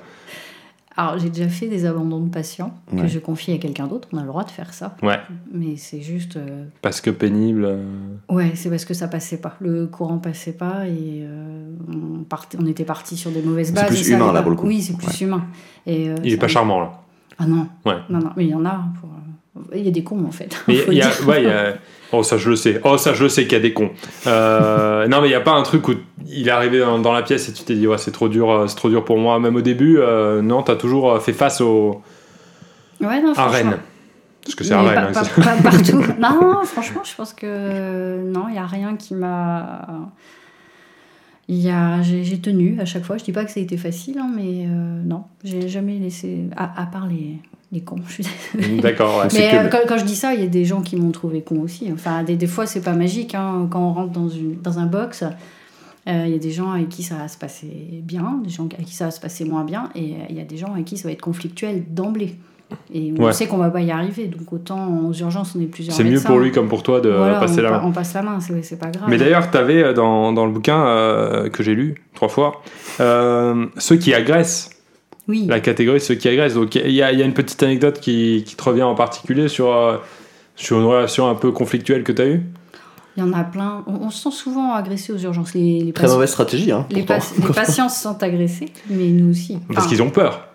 Speaker 3: Alors, j'ai déjà fait des abandons de patients que
Speaker 2: Ouais.
Speaker 3: je confie à quelqu'un d'autre. On a le droit de faire ça.
Speaker 1: Ouais.
Speaker 3: Mais c'est juste. euh,
Speaker 1: Parce que pénible. euh,
Speaker 3: Ouais, c'est parce que ça passait pas. Le courant passait pas et euh, on, partait, on était parti sur des mauvaises
Speaker 2: C'est
Speaker 3: bases.
Speaker 2: plus
Speaker 3: et ça
Speaker 2: humain,
Speaker 3: allait
Speaker 2: là,
Speaker 3: pas.
Speaker 2: pour le coup.
Speaker 3: Oui, c'est plus humain. Et, euh,
Speaker 1: il est
Speaker 3: ça-
Speaker 1: pas charmant, là.
Speaker 3: Ah non.
Speaker 1: Ouais.
Speaker 3: Non, non, mais il y en a. pour, euh, Il y a des cons en fait.
Speaker 1: Mais
Speaker 3: faut
Speaker 1: il y a,
Speaker 3: dire.
Speaker 1: ouais, il y a- Oh, ça je le sais. Oh, ça je le sais qu'il y a des cons. Euh, non, mais il n'y a pas un truc où il est arrivé dans, dans la pièce et tu t'es dit, ouais, c'est trop dur, euh, c'est trop dur pour moi. Même au début, euh, non, t'as toujours euh, fait face au,
Speaker 3: Ouais, non,
Speaker 1: à
Speaker 3: Ah, franchement.
Speaker 1: Rennes. Parce que c'est
Speaker 3: Mais
Speaker 1: à Rennes.
Speaker 3: pas,
Speaker 1: hein,
Speaker 3: pas-
Speaker 1: c'est-
Speaker 3: pas partout. Non, non, franchement, je pense que euh, non, il n'y a rien qui m'a. Il y a- J'ai j'ai tenu à chaque fois. Je dis pas que ça a été facile, hein, mais euh, non, j'ai jamais laissé. À, à part les, les cons, je suis désolée.
Speaker 1: D'accord, ouais.
Speaker 3: Mais
Speaker 2: que
Speaker 3: euh,
Speaker 2: le-
Speaker 3: quand, quand je dis ça, il y a des gens qui m'ont trouvé con aussi. hein. Enfin, des, des fois, c'est pas magique. hein. Quand on rentre dans, une, dans un box, euh, il y a des gens avec qui ça va se passer bien, des gens avec qui ça va se passer moins bien, et euh, il y a des gens avec qui ça va être conflictuel d'emblée. Et on
Speaker 1: Ouais.
Speaker 3: sait qu'on va pas y arriver, donc autant aux urgences, on est plusieurs.
Speaker 1: C'est mieux
Speaker 3: médecins. hein.
Speaker 1: pour lui comme pour toi de
Speaker 3: Voilà,
Speaker 1: passer
Speaker 3: on,
Speaker 1: la
Speaker 3: pa-
Speaker 1: main.
Speaker 3: on passe la main, c'est c'est pas grave.
Speaker 1: Mais d'ailleurs, tu avais dans, dans le bouquin euh, que j'ai lu trois fois, euh, ceux qui agressent,
Speaker 3: oui.
Speaker 1: la catégorie ceux qui agressent. Donc il y, a il y a une petite anecdote qui, qui te revient en particulier sur, euh, sur une relation un peu conflictuelle que tu as eue
Speaker 3: Il y en a plein. On, on se sent souvent agressé aux urgences. Les, les
Speaker 2: Très
Speaker 3: patients-
Speaker 2: mauvaise stratégie, hein.
Speaker 3: les,
Speaker 2: pourtant.
Speaker 3: pas- les patients se sentent agressés, mais nous aussi.
Speaker 1: Parce
Speaker 3: Enfin,
Speaker 1: qu'ils ont peur.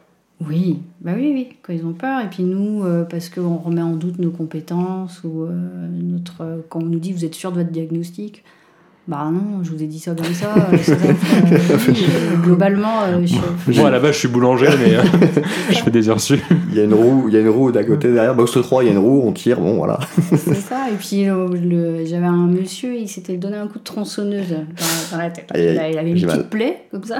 Speaker 3: Oui, bah oui, oui, quand ils ont peur. Et puis nous, euh, parce qu'on remet en doute nos compétences ou euh, notre. euh, quand on nous dit vous êtes sûr de votre diagnostic, bah non, je vous ai dit ça comme ça. euh, c'est vrai que, euh, oui, euh, globalement, euh, je-
Speaker 1: Moi, à la base, je suis boulanger, mais euh, je fais des heures sup.
Speaker 2: Il y a une roue, il y a une roue d'à côté derrière. Box 3, il y a une roue, on tire, bon voilà.
Speaker 3: c'est ça. Et puis le- le- j'avais un monsieur, il s'était donné un coup de tronçonneuse dans, dans la tête.
Speaker 2: Aïe, aïe,
Speaker 3: il avait une
Speaker 2: j'ai
Speaker 3: petite
Speaker 2: mal.
Speaker 3: plaie comme ça.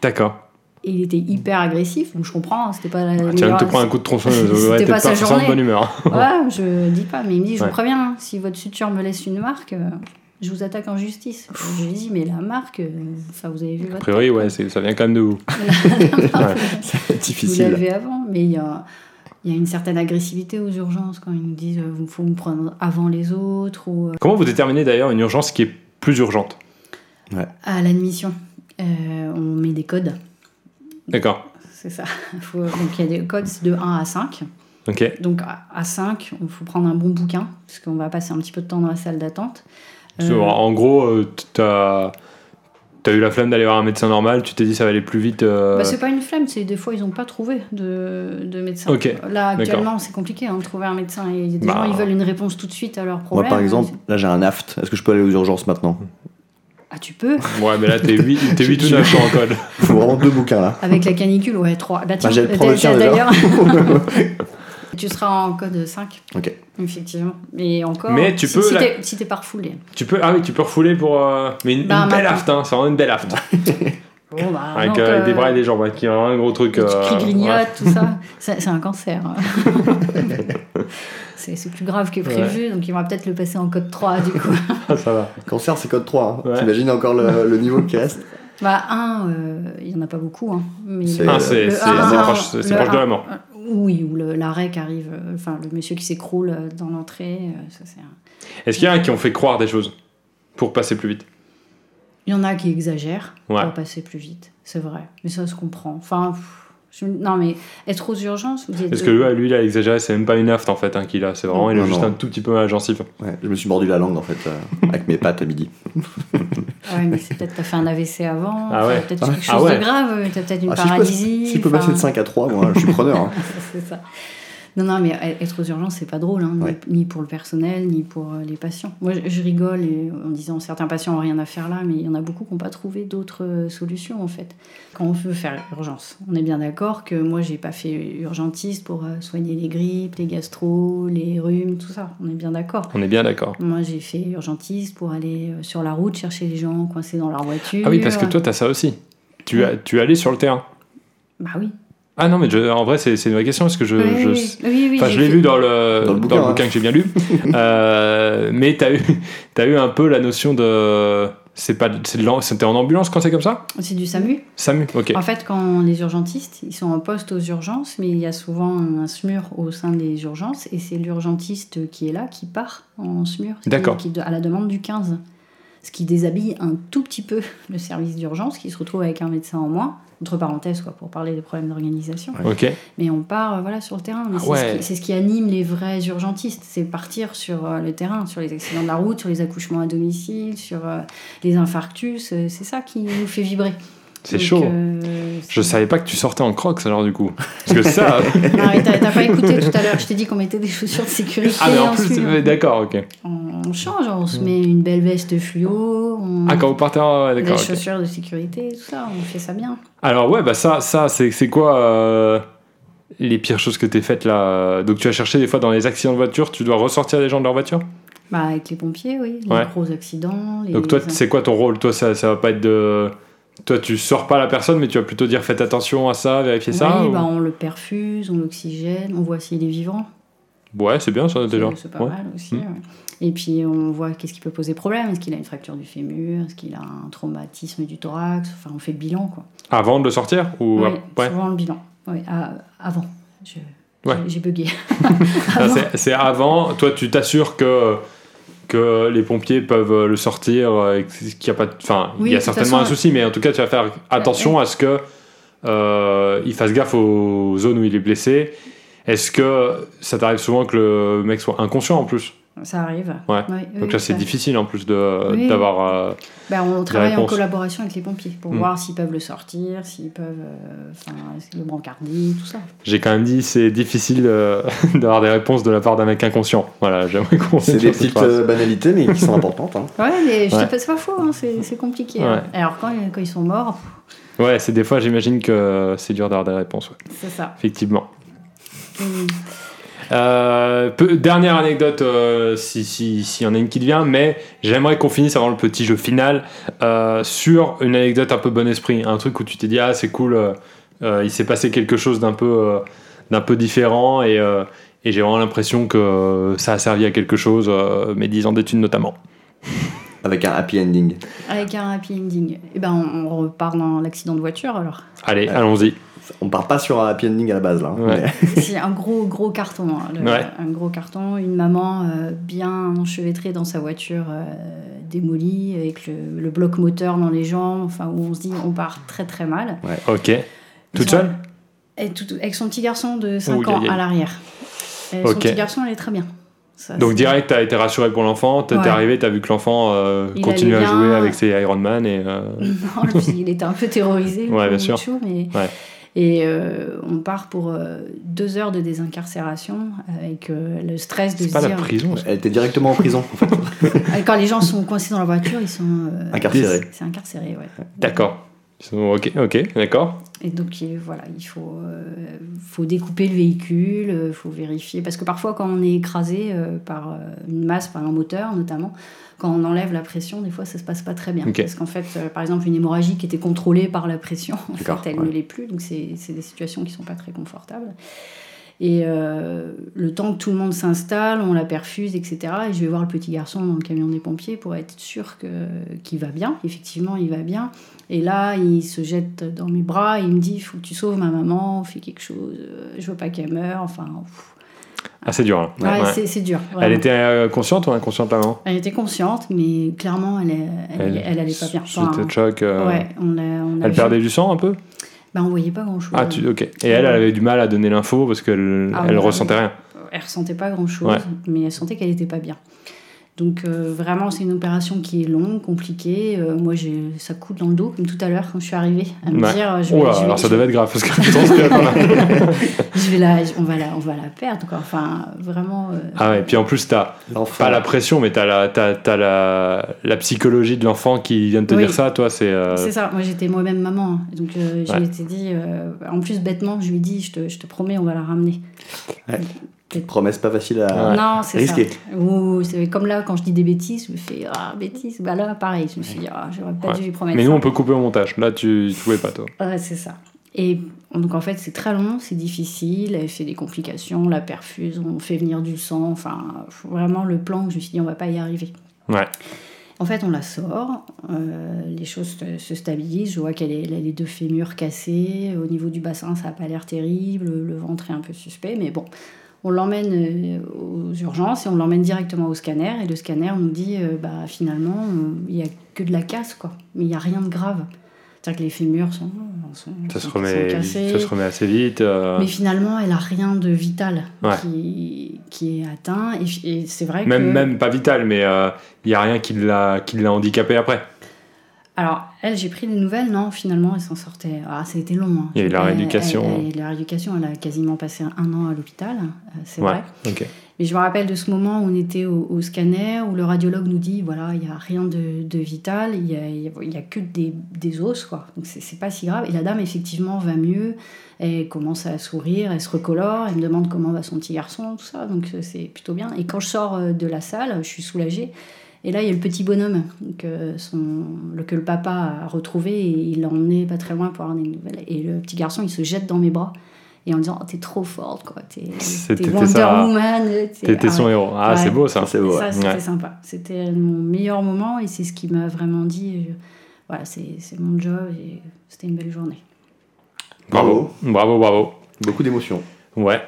Speaker 1: D'accord.
Speaker 3: Et il était hyper agressif, donc je comprends, hein, c'était pas la
Speaker 1: Tiens, je
Speaker 3: meilleure-
Speaker 1: te prends un coup de tronçonneuse.
Speaker 3: C'était
Speaker 1: Ouais, t'es
Speaker 3: pas
Speaker 1: pas
Speaker 3: sa
Speaker 1: forcément de
Speaker 3: journée.
Speaker 1: bonne humeur. hein.
Speaker 3: Ouais, je dis pas, mais il me dit, je
Speaker 1: Ouais.
Speaker 3: vous préviens, hein, si votre suture me laisse une marque, euh, je vous attaque en justice. Je lui dis, mais la marque, euh, enfin, vous avez vu
Speaker 1: A
Speaker 3: votre...
Speaker 1: priori, ouais, c'est- ça vient quand même de vous.
Speaker 2: C'est
Speaker 3: Vous
Speaker 2: difficile.
Speaker 3: l'avez avant, mais il y a, il y a une certaine agressivité aux urgences quand ils nous disent, euh, vous faut me prendre avant les autres ou euh,
Speaker 1: Comment vous déterminez d'ailleurs une urgence qui est plus urgente
Speaker 3: à l'admission. Euh, on met des codes,
Speaker 1: D'accord.
Speaker 3: c'est ça. Faut- donc il y a des codes de 1 à 5.
Speaker 1: Ok.
Speaker 3: Donc à à 5, il faut prendre un bon bouquin, parce qu'on va passer un petit peu de temps dans la salle d'attente.
Speaker 1: Parce que,
Speaker 3: Euh,
Speaker 1: en- En gros, euh, t- t'as t'as eu la flemme d'aller voir un médecin normal, tu t'es dit ça va aller plus vite. euh,
Speaker 3: Bah, c'est pas une flemme, c'est des fois ils n'ont pas trouvé de, de médecin.
Speaker 1: Ok,
Speaker 3: Là actuellement c'est compliqué hein, de trouver un médecin et il y a des
Speaker 1: Bah.
Speaker 3: gens ils veulent une réponse tout de suite à leur
Speaker 2: Moi
Speaker 3: problème.
Speaker 2: par exemple, là j'ai un aft. Est-ce que je peux aller aux urgences maintenant
Speaker 3: Ah tu peux
Speaker 1: Ouais, mais là, t'es 8, t'es 8 ou 9 en code.
Speaker 2: Faut vraiment deux bouquins là.
Speaker 3: avec la canicule ouais 3. Là, tiens,
Speaker 2: Bah, j'ai le
Speaker 3: d'a-
Speaker 2: premier tiers,
Speaker 3: d'ailleurs. tu seras en code 5.
Speaker 2: Ok.
Speaker 3: Effectivement. Mais encore
Speaker 1: Mais tu
Speaker 3: si,
Speaker 1: peux
Speaker 3: si
Speaker 1: la-
Speaker 3: t'es si t'es pas refoulé.
Speaker 1: Tu peux, ah oui, tu peux refouler pour. euh, mais une,
Speaker 3: Bah,
Speaker 1: une belle
Speaker 3: maintenant.
Speaker 1: afte, hein, c'est vraiment une belle afte.
Speaker 3: Bon, bah,
Speaker 1: avec,
Speaker 3: donc,
Speaker 1: euh, avec des
Speaker 3: euh,
Speaker 1: bras et des jambes, hein, qui a un gros truc.
Speaker 3: et tu
Speaker 1: euh,
Speaker 3: cries grignote,
Speaker 1: ouais.
Speaker 3: tout ça. C'est c'est un cancer. hein. c'est c'est plus grave que prévu, donc ils vont peut-être le passer en code 3 du coup.
Speaker 1: Ah, ça va.
Speaker 2: Cancer, c'est code 3. hein.
Speaker 1: Ouais.
Speaker 2: T'imagines encore le, le niveau qui reste
Speaker 3: Bah, un, euh, il y en a pas beaucoup. Hein, mais
Speaker 2: C'est-
Speaker 1: Ah,
Speaker 2: Euh,
Speaker 1: c'est
Speaker 3: le
Speaker 1: c'est-
Speaker 3: un,
Speaker 1: c'est
Speaker 3: un,
Speaker 1: proche, c'est-
Speaker 3: le
Speaker 1: c'est proche de
Speaker 3: un.
Speaker 1: la mort.
Speaker 3: Euh, Oui, ou le- l'arrêt qui arrive, euh, enfin le monsieur qui s'écroule euh, dans l'entrée. euh, ça, c'est un-
Speaker 1: Est-ce qu'il y en a qui ont fait croire des choses pour passer plus vite
Speaker 3: Il y en a qui exagèrent
Speaker 1: Ouais.
Speaker 3: pour passer plus vite, c'est vrai. Mais ça se comprend. Enfin, pff, je- non mais être aux urgences, vous dites.
Speaker 1: Parce que ouais, lui, il a exagéré, c'est même pas une afte en fait hein, qu'il a, c'est vraiment, il a
Speaker 2: Non,
Speaker 1: juste
Speaker 2: non.
Speaker 1: un tout petit peu agencif.
Speaker 2: Ouais, je me suis mordu la langue en fait, euh, avec mes pattes à midi.
Speaker 3: Ouais, mais c'est peut-être t'as fait un AVC avant,
Speaker 1: Ah
Speaker 3: enfin,
Speaker 1: ouais.
Speaker 3: peut-être quelque chose
Speaker 1: Ah ouais.
Speaker 3: de grave, euh, t'as peut-être une
Speaker 2: Ah, si, je peux,
Speaker 3: paralysie.
Speaker 2: si je peux
Speaker 3: enfin,
Speaker 2: passer de 5 à 3, moi je suis preneur. hein.
Speaker 3: c'est ça. Non, non, mais e-, être aux urgences, c'est pas drôle, hein, ni-
Speaker 2: Ouais.
Speaker 3: ni, pour le personnel, ni pour euh, les patients. Moi, je- je rigole et- en disant certains patients n'ont rien à faire là, mais il y en a beaucoup qui n'ont pas trouvé d'autres euh, solutions, en fait. Quand on veut faire urgence, on est bien d'accord que moi, j'ai pas fait urgentiste pour euh, soigner les grippes, les gastro, les rhumes, tout ça. On est bien d'accord.
Speaker 1: On est bien d'accord.
Speaker 3: Moi, j'ai fait urgentiste pour aller euh, sur la route chercher les gens coincés dans leur voiture.
Speaker 1: Ah oui, parce que toi, t'as ça aussi. Tu, as, tu es allé sur le terrain.
Speaker 3: Bah oui.
Speaker 1: Ah non, mais je- en vrai, c'est c'est une vraie question. Est-ce que je.
Speaker 3: oui,
Speaker 1: je-
Speaker 3: oui, oui, oui,
Speaker 1: Enfin, je
Speaker 3: j'ai
Speaker 1: l'ai
Speaker 3: fait-
Speaker 1: vu dans le,
Speaker 2: Dans le bouquin, hein.
Speaker 1: que j'ai bien lu. Euh, mais t'as eu, as eu un peu la notion de. C'est pas, c'est de l'am- c'était en ambulance quand c'est comme ça
Speaker 3: C'est du SAMU.
Speaker 1: Samu, ok.
Speaker 3: En fait, quand les urgentistes, ils sont en poste aux urgences, mais il y a souvent un SMUR au sein des urgences, et c'est l'urgentiste qui est là qui part en SMUR, qui-
Speaker 1: D'accord.
Speaker 3: qui- à la demande du 15. Ce qui déshabille un tout petit peu le service d'urgence, qui se retrouve avec un médecin en moins, entre parenthèses, quoi, pour parler des problèmes d'organisation.
Speaker 1: Ok.
Speaker 3: Mais on part euh, voilà, sur le terrain. Mais
Speaker 1: Ah
Speaker 3: c'est,
Speaker 1: ouais.
Speaker 3: ce qui, c'est ce qui anime les vrais urgentistes. C'est partir sur euh, le terrain, sur les accidents de la route, sur les accouchements à domicile, sur euh, les infarctus. euh, c'est ça qui nous fait vibrer.
Speaker 1: C'est
Speaker 3: Donc,
Speaker 1: chaud.
Speaker 3: euh,
Speaker 1: Je
Speaker 3: c'est-
Speaker 1: savais pas que tu sortais en crocs alors du coup. Parce que ça. ah,
Speaker 3: Non, mais t'as t'as pas écouté tout à l'heure, je t'ai dit qu'on mettait des chaussures de sécurité.
Speaker 1: ah mais en
Speaker 3: on
Speaker 1: plus,
Speaker 3: se-
Speaker 1: mais d'accord, ok.
Speaker 3: on, on change, on se met une belle veste fluo, on
Speaker 1: Ah quand vous partez en... ouais,
Speaker 3: des
Speaker 1: d'accord. ok.
Speaker 3: chaussures de sécurité, tout ça, on fait ça bien.
Speaker 1: Alors ouais, bah ça, ça c'est c'est quoi euh, les pires choses que t'es faites là euh, Donc tu as cherché des fois dans les accidents de voiture, tu dois ressortir les gens de leur voiture
Speaker 3: Bah, avec les pompiers, oui. Les
Speaker 1: Ouais.
Speaker 3: gros accidents. les-
Speaker 1: Donc toi, c'est quoi ton rôle Toi, ça, ça va pas être de... Toi, tu sors pas la personne, mais tu vas plutôt dire faites attention à ça, vérifiez ça.
Speaker 3: Oui,
Speaker 1: ou-
Speaker 3: bah, on le perfuse, on l'oxygène, on voit s'il est vivant.
Speaker 1: Ouais, c'est bien ça
Speaker 3: C'est
Speaker 1: déjà.
Speaker 3: c'est pas
Speaker 1: Ouais.
Speaker 3: mal aussi.
Speaker 1: Mm.
Speaker 3: ouais. Et puis on voit qu'est-ce qui peut poser problème. Est-ce qu'il a une fracture du fémur Est-ce qu'il a un traumatisme du thorax Enfin, on fait le bilan, quoi.
Speaker 1: Avant de le sortir ou...
Speaker 3: Ouais,
Speaker 1: ap- ouais.
Speaker 3: Souvent le bilan. Ouais, à- avant. Je-
Speaker 1: Ouais.
Speaker 3: J'ai j'ai bugué.
Speaker 1: Ah,
Speaker 3: Avant.
Speaker 1: c'est- C'est avant. Toi, tu t'assures que que les pompiers peuvent le sortir, euh, et qu'il y a pas, de- enfin,
Speaker 3: Oui,
Speaker 1: il y a
Speaker 3: de toute
Speaker 1: certainement un
Speaker 3: façon-
Speaker 1: souci, mais en tout cas, tu vas faire attention à ce que euh, il fasse gaffe aux zones où il est blessé. Est-ce que ça t'arrive souvent que le mec soit inconscient en plus
Speaker 3: Ça arrive.
Speaker 1: Ouais.
Speaker 3: oui,
Speaker 1: Donc là, c'est
Speaker 3: ça-
Speaker 1: difficile en plus de
Speaker 3: Oui.
Speaker 1: d'avoir. euh,
Speaker 3: Ben, on travaille en
Speaker 1: réponses.
Speaker 3: collaboration avec les pompiers pour
Speaker 1: Mm.
Speaker 3: voir s'ils peuvent le sortir, s'ils peuvent euh, enfin, le brancarder, tout ça.
Speaker 1: J'ai quand même dit c'est difficile euh, d'avoir des réponses de la part d'un mec inconscient. Voilà, j'aimerais qu'on.
Speaker 2: C'est des
Speaker 1: sur cette
Speaker 2: petites
Speaker 1: phrase.
Speaker 2: euh, banalités, mais qui sont importantes. hein.
Speaker 3: Ouais, mais je
Speaker 1: Ouais.
Speaker 3: te passe pas faux, hein, c'est c'est compliqué.
Speaker 1: Ouais.
Speaker 3: hein. Alors quand, quand ils sont morts,
Speaker 1: Ouais, c'est des fois, j'imagine que c'est dur d'avoir des réponses. ouais.
Speaker 3: c'est ça.
Speaker 1: Effectivement.
Speaker 3: Mm.
Speaker 1: Euh, peu- dernière anecdote, euh, si- si- s'il y en a une qui devient, mais j'aimerais qu'on finisse avant le petit jeu final euh, sur une anecdote un peu bon esprit, un truc où tu t'es dit ah c'est cool, euh, euh, il s'est passé quelque chose d'un peu euh, d'un peu différent et, euh, et j'ai vraiment l'impression que euh, ça a servi à quelque chose, euh, mes 10 ans d'études notamment.
Speaker 2: Avec un happy ending.
Speaker 3: Avec un happy ending. Et ben on, on repart dans l'accident de voiture alors.
Speaker 1: Allez,
Speaker 2: Ouais.
Speaker 1: allons-y.
Speaker 2: On part pas sur un happy ending à la base, là. hein,
Speaker 1: Ouais.
Speaker 2: mais-
Speaker 3: C'est un gros gros carton. hein, le-
Speaker 1: Ouais.
Speaker 3: Un gros carton, une maman euh, bien enchevêtrée dans sa voiture euh, démolie avec le, le bloc moteur dans les jambes. Enfin où on se dit on part très très mal.
Speaker 1: Ok. Toute
Speaker 3: Son-
Speaker 1: seule Oh,
Speaker 3: Et tout- Avec son petit garçon de 5
Speaker 1: Ouh,
Speaker 3: ans
Speaker 1: aïe, aïe.
Speaker 3: à l'arrière. Et Son
Speaker 1: Ok.
Speaker 3: petit garçon, il est très bien. Ça,
Speaker 1: Donc
Speaker 3: c'est-
Speaker 1: direct, t'as été rassuré pour l'enfant, t'es
Speaker 3: Ouais.
Speaker 1: arrivé, t'as vu que l'enfant euh,
Speaker 3: Il
Speaker 1: continue à
Speaker 3: allait
Speaker 1: jouer
Speaker 3: bien.
Speaker 1: avec ses Iron Man et euh,
Speaker 3: Non, le petit, il était un peu terrorisé. le
Speaker 1: Ouais, bien
Speaker 3: pauvre
Speaker 1: sûr.
Speaker 3: Michou, mais...
Speaker 1: Ouais.
Speaker 3: Et euh, on part pour euh, deux heures de désincarcération avec euh, le stress de
Speaker 1: c'est
Speaker 3: se
Speaker 1: pas la
Speaker 3: dire.
Speaker 1: prison. ça.
Speaker 2: Elle était directement en prison, en fait,
Speaker 3: Ah, Quand les gens sont coincés dans leur voiture, ils sont. euh,
Speaker 2: incarcérée.
Speaker 3: C'est incarcéré, ouais.
Speaker 1: D'accord. Ils sont- Ok, ok, d'accord.
Speaker 3: Et donc, il, voilà, il faut, euh, faut découper le véhicule, euh, faut vérifier. Parce que parfois, quand on est écrasé euh, par euh, une masse, par un moteur notamment, quand on enlève la pression, des fois, ça se passe pas très bien.
Speaker 1: Ok.
Speaker 3: Parce qu'en fait, euh, par exemple, une hémorragie qui était contrôlée par la pression, en fait,
Speaker 2: D'accord,
Speaker 3: elle
Speaker 2: ouais.
Speaker 3: ne l'est plus. Donc, c'est c'est des situations qui sont pas très confortables. Et euh, le temps que tout le monde s'installe, on la perfuse, etc. Et je vais voir le petit garçon dans le camion des pompiers pour être sûr qu'il va bien. Effectivement, il va bien. Et là, il se jette dans mes bras et il me dit Faut que tu sauves ma maman, fais quelque chose, euh, je veux pas qu'elle meure. Enfin, pff.
Speaker 1: Ah, c'est dur. hein.
Speaker 3: Ouais,
Speaker 1: Ouais.
Speaker 3: c'est- c'est dur. vraiment.
Speaker 1: Elle était euh, consciente ou inconsciente la maman
Speaker 3: Elle était consciente, mais clairement, elle, est- elle, elle, allait pas bien. Enfin,
Speaker 1: C'était de choc. euh,
Speaker 3: ouais, on l'a- on a
Speaker 1: Elle
Speaker 3: vu-
Speaker 1: perdait du sang un peu
Speaker 3: Bah, on voyait pas grand chose.
Speaker 1: Ah, tu, ok. Et elle, elle avait du mal à donner l'info parce qu'elle
Speaker 3: Ah,
Speaker 1: elle
Speaker 3: ouais.
Speaker 1: ressentait rien.
Speaker 3: Elle ressentait pas grand chose,
Speaker 1: Ouais.
Speaker 3: mais elle sentait qu'elle était pas bien. Donc, euh, vraiment, c'est une opération qui est longue, compliquée. Euh, moi, j'ai ça coule dans le dos, comme tout à l'heure, quand je suis arrivée, à me
Speaker 1: Ouais.
Speaker 3: dire euh, je vais,
Speaker 1: Oula,
Speaker 3: je vais-
Speaker 1: alors ça
Speaker 3: je vais-
Speaker 1: devait être grave parce que je pense que-
Speaker 3: je vais la, on, va la, on va la perdre, quoi. Enfin, vraiment. euh,
Speaker 1: Ah ouais, puis en plus, t'as
Speaker 2: L'enfant.
Speaker 1: pas la pression, mais t'as la, t'as- t'as la, la psychologie de l'enfant qui vient de te
Speaker 3: Oui.
Speaker 1: dire ça, toi, c'est. euh,
Speaker 3: C'est ça, moi j'étais moi-même maman, hein. donc euh, je
Speaker 1: Ouais.
Speaker 3: lui étais dit, euh, en plus bêtement, je lui ai dit, je te, je te promets, on va la ramener.
Speaker 2: Promesse pas facile à.
Speaker 1: Ah Ouais.
Speaker 3: Non, c'est ça.
Speaker 2: Risqué.
Speaker 3: Ou c'est comme là, quand je dis des bêtises, je me fais, ah, bêtises, bah là, pareil, je me suis dit, ah, j'aurais pas
Speaker 1: Ouais.
Speaker 3: dû lui promettre.
Speaker 1: Mais nous,
Speaker 3: ça.
Speaker 1: on peut couper au montage. Là, tu, tu pouvais pas, toi.
Speaker 3: Ouais, c'est ça. Et donc en fait, c'est très long, c'est difficile, elle fait des complications, on la perfuse, on fait venir du sang, enfin, faut vraiment le plan que je me suis dit, on va pas y arriver.
Speaker 1: Ouais.
Speaker 3: En fait, on la sort, euh, les choses se, se stabilisent, je vois qu'elle est- elle a les deux fémurs cassés, au niveau du bassin, ça n'a pas l'air terrible, le ventre est un peu suspect, mais bon. On l'emmène euh, aux urgences et on l'emmène directement au scanner. Et le scanner nous dit, euh, bah, finalement, euh, il n'y a que de la casse, quoi. Mais il n'y a rien de grave. C'est-à-dire que les fémurs sont, sont-
Speaker 1: Ça se
Speaker 3: sont- sont
Speaker 1: remet,
Speaker 3: cassés.
Speaker 1: ça se remet assez vite. euh,
Speaker 3: Mais finalement, elle a rien de vital
Speaker 1: Ouais.
Speaker 3: qui, qui est atteint. Et, fi- et c'est vrai
Speaker 1: Même,
Speaker 3: que...
Speaker 1: même pas vital, mais il y a rien qui l'a qui l'a handicapé après.
Speaker 3: Alors, elle, j'ai pris des nouvelles, non, finalement, elle s'en sortait. Ah, ça a été long. hein.
Speaker 1: Il y a eu la
Speaker 3: Elle-
Speaker 1: rééducation.
Speaker 3: Elle, elle- la rééducation, elle a quasiment passé un an à l'hôpital, euh, c'est
Speaker 1: Ouais.
Speaker 3: vrai.
Speaker 1: Ok.
Speaker 3: Mais je me rappelle de ce moment où on était au, au scanner, où le radiologue nous dit voilà, il n'y a rien de, de vital, il n'y a, il y a- il y a que des, des os, quoi. Donc c'est- c'est pas si grave. Et la dame, effectivement, va mieux, elle commence à sourire, elle se recolore, elle me demande comment va son petit garçon, tout ça. Donc euh, c'est plutôt bien. Et quand je sors euh, de la salle, je suis soulagée. Et là, il y a le petit bonhomme que, son, le, que le papa a retrouvé et il l'a emmené pas très loin pour avoir des nouvelles. Et le petit garçon, il se jette dans mes bras et en disant Oh, T'es trop forte, quoi. T'es t'es
Speaker 1: C'était
Speaker 3: Wonder
Speaker 1: ça.
Speaker 3: Woman. t'es-
Speaker 1: T'étais
Speaker 3: Ah
Speaker 1: son
Speaker 3: ouais.
Speaker 1: héros. Ah,
Speaker 3: Ouais.
Speaker 1: c'est beau ça.
Speaker 2: Ça, c'est beau. ouais.
Speaker 3: Ça, c'était
Speaker 1: Ouais.
Speaker 3: sympa. C'était mon meilleur moment et c'est ce qui m'a vraiment dit euh, Voilà, c'est c'est mon job et c'était une belle journée.
Speaker 1: Bravo. Bravo, bravo.
Speaker 2: Beaucoup d'émotions.
Speaker 1: Ouais.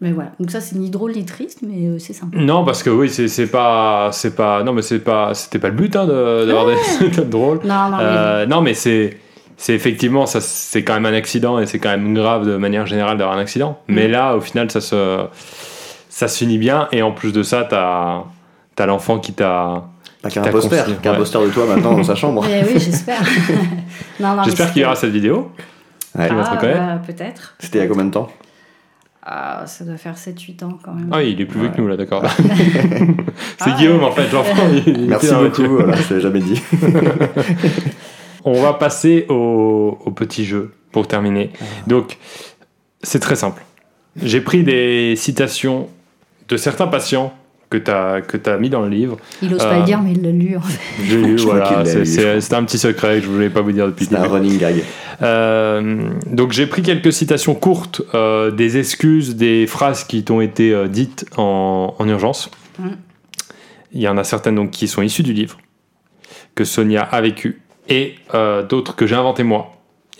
Speaker 3: Mais voilà. Donc, ça, c'est ni drôle ni triste, mais euh, c'est sympa.
Speaker 1: Non, parce que oui, c'est c'est pas, c'est pas, non, mais c'est pas, c'était pas le but hein, de- d'avoir des trucs drôles.
Speaker 3: Non, non, mais-
Speaker 1: Euh, non, mais c'est, c'est effectivement, ça, c'est quand même un accident et c'est quand même grave de manière générale d'avoir un accident. Mais
Speaker 3: Mm.
Speaker 1: là, au final, ça se, ça se finit bien et en plus de ça, t'as, t'as l'enfant qui t'a.
Speaker 3: Ah,
Speaker 2: Pas qu'un
Speaker 1: T'as
Speaker 2: poster,
Speaker 1: considéré,
Speaker 2: qu'un
Speaker 1: ouais.
Speaker 2: poster de toi maintenant dans sa chambre.
Speaker 3: Eh oui, j'espère. Non, non, mais
Speaker 1: J'espère qu'il y aura cette vidéo.
Speaker 2: Ouais.
Speaker 1: tu vas te
Speaker 3: Ah,
Speaker 1: reconnaître.
Speaker 3: bah, peut-être.
Speaker 2: C'était il y a combien de temps
Speaker 3: Ah, ça doit faire 7-8 ans quand même.
Speaker 1: Ah, il est plus vieux
Speaker 2: Ouais.
Speaker 1: que nous là, d'accord. c'est
Speaker 3: Ah,
Speaker 1: Guillaume
Speaker 3: ouais.
Speaker 1: en fait, l'enfant. il- il
Speaker 2: Merci
Speaker 1: était dans la
Speaker 2: beaucoup,
Speaker 1: voiture.
Speaker 2: voilà, je l'avais jamais dit.
Speaker 1: On va passer au, au petit jeu pour terminer. Donc, c'est très simple. J'ai pris des citations de certains patients que tu as, mis dans le livre.
Speaker 3: Il ose
Speaker 1: Euh,
Speaker 3: pas le dire, mais il l'a lu en fait.
Speaker 1: J'ai lu,
Speaker 2: Je crois
Speaker 1: voilà,
Speaker 2: qu'il l'a
Speaker 1: c'est-
Speaker 2: lu, je
Speaker 1: c'est
Speaker 2: crois.
Speaker 1: c'est un petit secret que je voulais pas vous dire depuis
Speaker 2: C'était
Speaker 1: le
Speaker 2: un
Speaker 1: début.
Speaker 2: running gag.
Speaker 1: Euh, donc j'ai pris quelques citations courtes, euh, des excuses, des phrases qui t'ont été euh, dites en, en urgence.
Speaker 3: Mm.
Speaker 1: Il y en a certaines donc qui sont issues du livre que Sonia a vécu et euh, d'autres que j'ai inventées moi.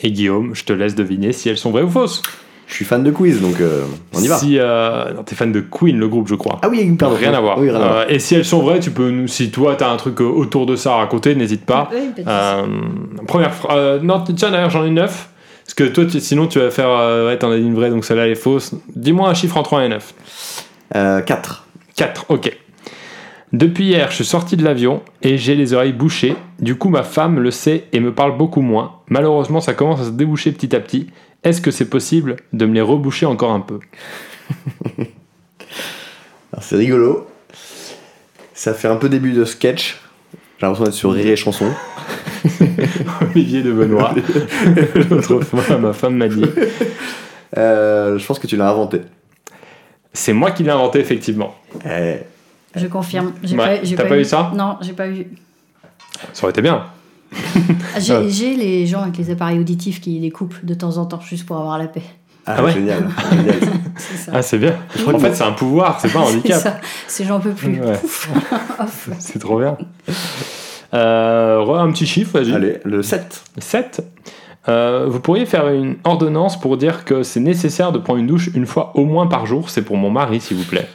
Speaker 1: Et Guillaume, je te laisse deviner si elles sont vraies ou fausses.
Speaker 2: Je suis fan de quiz, donc euh, on y va.
Speaker 1: Si euh, non, t'es fan de Queen, le groupe, je crois.
Speaker 2: Ah oui, pardon.
Speaker 1: rien à voir.
Speaker 2: Oui, rien à voir.
Speaker 1: Euh, et si elles sont vraies, tu peux nous. Si toi t'as un truc euh, autour de ça à raconter, n'hésite pas.
Speaker 3: Oui, peut-être.
Speaker 1: Euh, première phrase. non, tiens, d'ailleurs, j'en ai neuf. Parce que toi, tu- sinon, tu vas faire. euh, ouais, t'en as dit une vraie, donc celle-là, elle est fausse. Dis-moi un chiffre en 3 et 9.
Speaker 2: Euh, 4.
Speaker 1: 4, ok. Depuis hier, je suis sorti de l'avion et j'ai les oreilles bouchées. Du coup, ma femme le sait et me parle beaucoup moins. Malheureusement, ça commence à se déboucher petit à petit. Est-ce que c'est possible de me les reboucher encore un peu
Speaker 2: Alors, C'est rigolo. Ça fait un peu début de sketch. J'ai l'impression d'être sur Rire et Chanson.
Speaker 1: Olivier de Benoît. L'autre fois, ma femme m'a dit.
Speaker 2: Euh, je pense que tu l'as inventé.
Speaker 1: C'est moi qui l'ai inventé, effectivement.
Speaker 2: Eh,
Speaker 3: Je confirme. J'ai
Speaker 1: Ouais.
Speaker 3: pas, j'ai
Speaker 1: T'as pas eu
Speaker 3: eu
Speaker 1: ça
Speaker 3: Non, j'ai pas eu.
Speaker 1: Ça aurait été bien.
Speaker 3: Ah,
Speaker 1: Ah.
Speaker 3: J'ai j'ai les gens avec les appareils auditifs qui les coupent de temps en temps juste pour avoir la paix.
Speaker 2: Ah,
Speaker 1: Ah ouais.
Speaker 2: génial. génial.
Speaker 3: C'est ça.
Speaker 1: Ah, c'est bien.
Speaker 2: crois
Speaker 1: En
Speaker 2: que
Speaker 1: fait,
Speaker 2: moi-
Speaker 1: c'est un pouvoir, c'est pas un
Speaker 3: C'est
Speaker 1: handicap.
Speaker 3: ça. C'est j'en peux plus.
Speaker 1: Ouais.
Speaker 3: Pouf. Off.
Speaker 1: C'est trop bien. Euh, re- un petit chiffre, vas-y.
Speaker 2: Allez, le 7.
Speaker 1: 7. Euh, vous pourriez faire une ordonnance pour dire que c'est nécessaire de prendre une douche une fois au moins par jour. C'est pour mon mari, s'il vous plaît.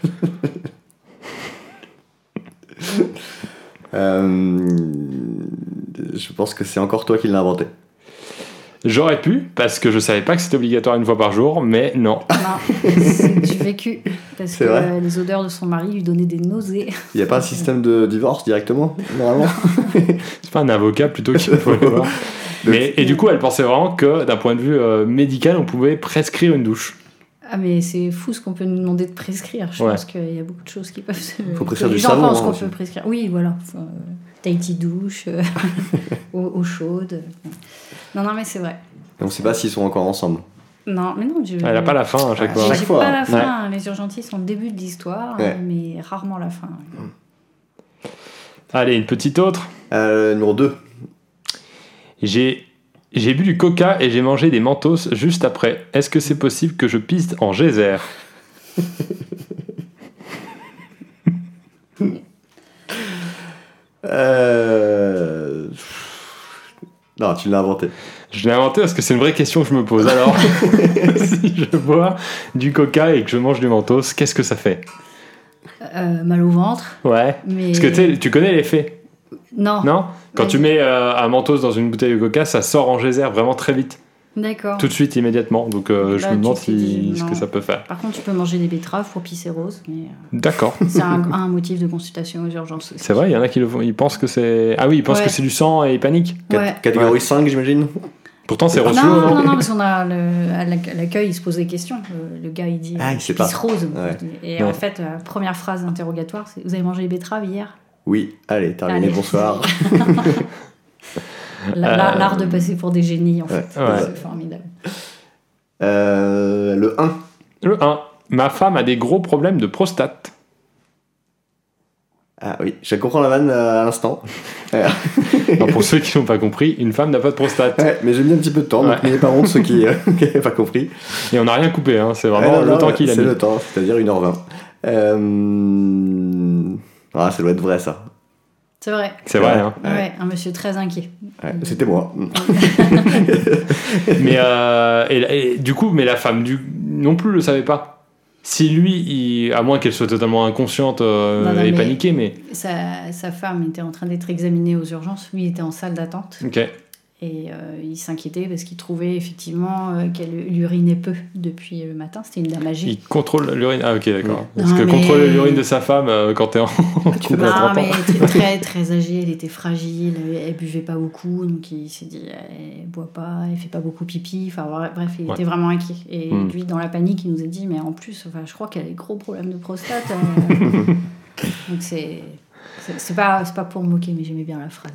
Speaker 2: Euh, je pense que c'est encore toi qui l'as inventé.
Speaker 1: J'aurais pu, parce que je savais pas que c'était obligatoire une fois par jour, mais non.
Speaker 3: Non, c'est du vécu. Parce
Speaker 2: C'est
Speaker 3: que
Speaker 2: vrai
Speaker 3: euh, les odeurs de son mari lui donnaient des nausées.
Speaker 2: Il n'y a pas un système de divorce directement, normalement
Speaker 1: C'est pas un avocat plutôt qu'il faut aller voir. Mais, et du coup, elle pensait vraiment que d'un point de vue euh, médical, on pouvait prescrire une douche.
Speaker 3: Ah, mais c'est fou ce qu'on peut nous demander de prescrire. Je
Speaker 1: Ouais.
Speaker 3: pense qu'il y a beaucoup de choses qui peuvent se.
Speaker 2: Faut prescrire
Speaker 3: que les
Speaker 2: du
Speaker 3: gens
Speaker 2: savon,
Speaker 3: pensent
Speaker 2: hein,
Speaker 3: qu'on
Speaker 2: aussi.
Speaker 3: peut prescrire. Oui, voilà. Enfin, euh, Tahiti douche, euh, eau, eau chaude. Non, non, mais c'est vrai.
Speaker 2: Et on ne sait pas s'ils sont encore ensemble.
Speaker 3: Non, mais non, je.
Speaker 1: Elle a pas la fin à chaque
Speaker 2: Ah,
Speaker 1: fois.
Speaker 3: J'ai-
Speaker 2: chaque
Speaker 3: j'ai
Speaker 2: fois.
Speaker 3: pas la fin. Les urgentistes sont le début de l'histoire,
Speaker 2: Ouais.
Speaker 3: mais rarement la fin.
Speaker 1: Allez, une petite autre.
Speaker 2: Euh, numéro 2.
Speaker 1: J'ai j'ai bu du coca et j'ai mangé des mentos juste après. Est-ce que c'est possible que je piste en geyser
Speaker 2: Euh... pff, Non, tu l'as inventé.
Speaker 1: Je l'ai inventé parce que c'est une vraie question que je me pose. Alors, si je bois du coca et que je mange du mentos, qu'est-ce que ça fait
Speaker 3: Euh, mal au ventre,
Speaker 1: Ouais.
Speaker 3: mais.
Speaker 1: Parce que tu sais, tu connais l'effet,
Speaker 3: Non,
Speaker 1: non Quand
Speaker 3: Ouais.
Speaker 1: tu mets euh, un mentos dans une bouteille de coca, ça sort en geyser vraiment très vite,
Speaker 3: d'accord.
Speaker 1: tout de suite, immédiatement. Donc euh, je
Speaker 3: Là,
Speaker 1: me
Speaker 3: Bah, tu
Speaker 1: demande
Speaker 3: te dis
Speaker 1: si- ce
Speaker 3: non.
Speaker 1: que ça peut faire.
Speaker 3: Par contre, tu peux manger des betteraves pour pisser rose, mais euh,
Speaker 1: D'accord.
Speaker 3: c'est un, un motif de consultation aux urgences. aussi.
Speaker 1: C'est vrai, il y en a qui le font. Ils pensent que c'est. Ah oui, ils pensent
Speaker 3: Ouais.
Speaker 1: que c'est du sang et ils paniquent.
Speaker 2: Cat-
Speaker 3: Ouais.
Speaker 2: Catégorie 5, j'imagine
Speaker 1: Pourtant, c'est reçu.
Speaker 3: Non, non, non,
Speaker 1: non
Speaker 3: non, parce qu'on a le- à l'ac- à l'accueil, il se pose des questions. Le, le gars, il dit
Speaker 2: Ah, il sait pas.
Speaker 3: se rose.
Speaker 2: Ouais.
Speaker 3: Et
Speaker 1: Ouais.
Speaker 3: en fait, la première phrase interrogatoire, c'est Vous avez mangé les betteraves hier
Speaker 2: Oui, allez, terminé,
Speaker 3: Allez.
Speaker 2: bonsoir.
Speaker 3: La- la- L'art de passer pour des génies, en fait.
Speaker 1: Ouais.
Speaker 3: C'est formidable.
Speaker 2: Euh, le 1.
Speaker 1: Le 1. Ma femme a des gros problèmes de prostate.
Speaker 2: Ah oui, je comprends la vanne euh, à l'instant.
Speaker 1: Non, pour ceux qui n'ont pas compris, une femme n'a pas de prostate.
Speaker 2: Ouais, mais j'ai mis un petit peu de temps,
Speaker 1: Ouais.
Speaker 2: donc n'ayez pas honte ceux qui n'avaient pas compris.
Speaker 1: Et on n'a rien coupé, hein, c'est
Speaker 2: Ah
Speaker 1: vraiment
Speaker 2: non,
Speaker 1: le
Speaker 2: non,
Speaker 1: temps qu'il a
Speaker 2: C'est
Speaker 1: mis.
Speaker 2: le temps, c'est-à-dire 1h20. Euh... Ah, ça doit être vrai ça.
Speaker 3: C'est vrai.
Speaker 1: C'est vrai. hein.
Speaker 2: Ouais.
Speaker 3: Ouais, un monsieur très inquiet.
Speaker 2: Ouais, C'était moi.
Speaker 1: mais euh, et- et du coup, mais la femme du non plus le savait pas. Si lui, il- à moins qu'elle soit totalement inconsciente euh,
Speaker 3: Non, non,
Speaker 1: et
Speaker 3: mais-
Speaker 1: paniquée, mais
Speaker 3: Sa, sa femme était en train d'être examinée aux urgences. Lui était en salle d'attente.
Speaker 1: ok.
Speaker 3: Et euh, il s'inquiétait parce qu'il trouvait effectivement euh, qu'elle urinait peu depuis le matin. C'était une dame âgée.
Speaker 1: Il contrôle l'urine. Ah ok, d'accord.
Speaker 3: Non,
Speaker 1: Parce que
Speaker 3: mais- Ah,
Speaker 1: contrôler l'urine de sa femme euh, quand t'es en couple à
Speaker 3: Non,
Speaker 1: 30 ans.
Speaker 3: mais très, très, très âgée, elle était fragile, elle, elle buvait pas beaucoup, donc il s'est dit, elle boit pas, elle fait pas beaucoup pipi, enfin voilà, bref, il
Speaker 1: Ouais.
Speaker 3: était vraiment inquiet. Et
Speaker 1: Hmm.
Speaker 3: lui, dans la panique, il nous a dit, mais en plus, enfin, je crois qu'elle a des gros problèmes de prostate. euh. donc c'est. c'est- C'est pas, c'est pas pour moquer, mais j'aimais bien la phrase.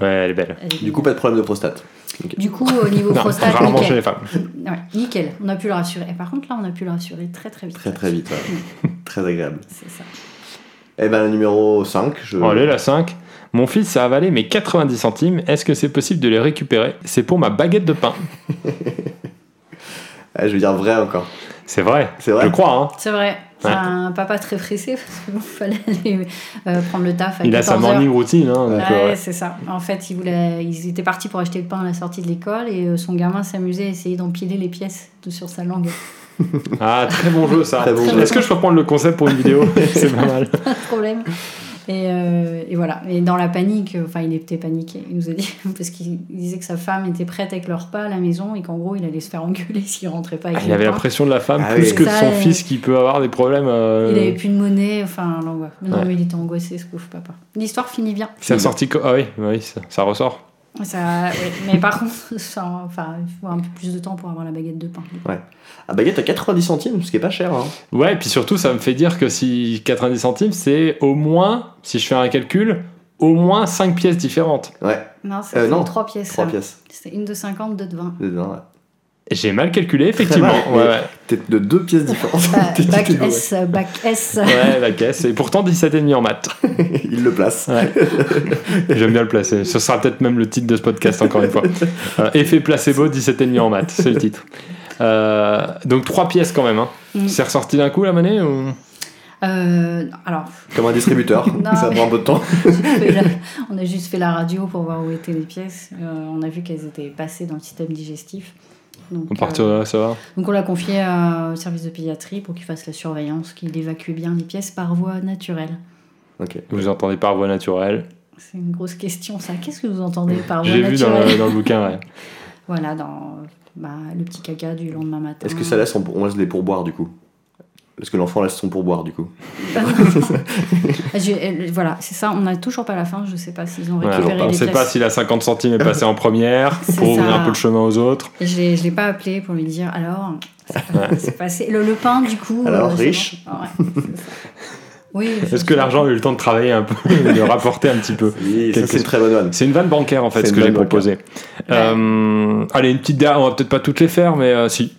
Speaker 1: Ouais, elle est belle.
Speaker 3: Elle est
Speaker 2: Du coup, pas de problème de prostate.
Speaker 3: bien. du coup, au niveau
Speaker 1: Non,
Speaker 3: prostate,
Speaker 1: rarement chez
Speaker 3: nickel.
Speaker 1: les femmes.
Speaker 3: Ouais, nickel, on a pu le rassurer. Et par contre, là, on a pu le rassurer très très vite.
Speaker 2: Très très vite, ouais. très agréable.
Speaker 3: C'est ça.
Speaker 2: Eh ben, le numéro 5, je.
Speaker 1: Oh, allez, la 5. Mon fils a avalé mes 90 centimes. Est-ce que c'est possible de les récupérer C'est pour ma baguette de pain.
Speaker 2: Ah, je vais dire vrai encore.
Speaker 1: C'est vrai.
Speaker 2: C'est vrai
Speaker 1: Je crois. Hein.
Speaker 3: C'est vrai, c'est
Speaker 1: Ouais.
Speaker 3: un papa très pressé parce qu'il fallait aller euh, prendre le taf à
Speaker 1: Il a sa
Speaker 3: 14 heures.
Speaker 1: morning routine. hein, donc,
Speaker 3: Ouais,
Speaker 1: euh, ouais.
Speaker 3: c'est ça. En fait, ils, voulaient, ils étaient partis pour acheter le pain à la sortie de l'école et euh, son gamin s'amusait à essayer d'empiler les pièces de- sur sa langue.
Speaker 1: Ah, très bon jeu ça.
Speaker 2: Très bon
Speaker 3: jeu.
Speaker 1: Est-ce que je peux prendre le concept pour une vidéo C'est pas mal. Ah,
Speaker 3: Pas de problème. Et, euh, et voilà. Et dans la panique, euh, enfin, il était paniqué. Il nous a dit, parce qu'il disait que sa femme était prête avec leur repas à la maison et qu'en gros, il allait se faire engueuler s'il rentrait pas avec
Speaker 1: Ah, il
Speaker 3: le
Speaker 1: avait la
Speaker 3: pain.
Speaker 1: pression de la femme
Speaker 2: Ah
Speaker 1: plus
Speaker 2: oui.
Speaker 1: que de
Speaker 3: Ça,
Speaker 1: son
Speaker 3: euh,
Speaker 1: fils qui peut avoir des problèmes. euh,
Speaker 3: Il avait plus de monnaie, enfin, l'angoisse. Mais non,
Speaker 1: Ouais.
Speaker 3: mais il était angoissé, ce pauvre papa. L'histoire finit bien.
Speaker 1: C'est sorti. co- Ah oui, oui ça, ça ressort.
Speaker 3: Ça, ouais. Mais par contre, ça, enfin, il faut un peu plus de temps pour avoir la baguette de pain.
Speaker 2: Ah, baguette à 90 centimes, ce qui est pas cher. Hein.
Speaker 1: Ouais, et puis surtout, ça me fait dire que si 90 centimes, c'est au moins, si je fais un calcul, au moins 5 pièces différentes.
Speaker 2: Ouais,
Speaker 3: Non, ça
Speaker 2: Euh,
Speaker 3: fait
Speaker 2: non.
Speaker 3: trois pièces.
Speaker 2: 3
Speaker 3: ça.
Speaker 2: pièces.
Speaker 3: C'est une de 50, deux de 20.
Speaker 2: Non, ouais.
Speaker 1: J'ai mal calculé, effectivement.
Speaker 2: Très mal,
Speaker 1: Ouais, ouais.
Speaker 2: T'es de deux pièces différentes.
Speaker 3: Bah,
Speaker 2: T'es- t'es-
Speaker 3: bac
Speaker 2: t'es- ouais.
Speaker 3: S, bac S.
Speaker 1: Ouais, la caisse. Et pourtant, 17,5 en maths.
Speaker 2: Il le place.
Speaker 1: Ouais. J'aime bien le placer. Ce sera peut-être même le titre de ce podcast, encore une fois. Euh, effet placebo, 17,5 en maths. C'est le titre. Euh, donc, 3 pièces quand même. hein.
Speaker 3: Mm.
Speaker 1: C'est ressorti d'un coup la monnaie ou...
Speaker 3: Euh, non, alors,
Speaker 2: Comme un distributeur.
Speaker 3: Non,
Speaker 2: ça
Speaker 3: mais-
Speaker 2: prend un peu de temps.
Speaker 3: j'ai fait la- on a juste fait la radio pour voir où étaient les pièces. Euh, on a vu qu'elles étaient passées dans le système digestif. Donc,
Speaker 1: On part
Speaker 3: euh,
Speaker 1: de là, ça va.
Speaker 3: donc on l'a confié à- au service de pédiatrie pour qu'il fasse la surveillance, qu'il évacue bien les pièces par voie naturelle.
Speaker 2: Ok.
Speaker 1: Vous entendez par voie naturelle.
Speaker 3: C'est une grosse question, ça. Qu'est-ce que vous entendez par voie
Speaker 1: J'ai vu dans
Speaker 3: naturelle
Speaker 1: le, dans le bouquin, ouais.
Speaker 3: Voilà, dans euh, bah, le petit caca du lendemain matin.
Speaker 2: Est-ce que ça laisse, on, on laisse des pourboires du coup Est-ce que l'enfant laisse son pourboire du coup
Speaker 3: Je- euh, Voilà, c'est ça. On n'a toujours pas la fin. Je sais pas s'ils ont
Speaker 1: Voilà.
Speaker 3: récupéré
Speaker 1: on
Speaker 3: les
Speaker 1: ne sait
Speaker 3: pièces.
Speaker 1: pas si la 50 centimes est passée en première
Speaker 3: C'est
Speaker 1: pour ouvrir
Speaker 3: ça.
Speaker 1: un peu le chemin aux autres.
Speaker 3: Et je l'ai- je l'ai pas appelé pour lui dire alors, c'est- c'est passé. Le, le pain, du coup.
Speaker 2: Alors,
Speaker 3: c'est
Speaker 2: riche.
Speaker 3: bon. Ah ouais, c'est ça. Oui.
Speaker 1: Est-ce que l'argent a eu le temps de travailler un peu, de rapporter un petit peu
Speaker 2: Oui, ça
Speaker 1: Quelque-
Speaker 2: c'est une très bonne vanne.
Speaker 1: C'est une vanne bancaire en fait,
Speaker 2: C'est
Speaker 1: ce
Speaker 2: une
Speaker 1: que j'ai
Speaker 2: vanne
Speaker 1: proposé. Euh, allez, une petite dernière, on va peut-être pas toutes les faire, mais euh, si.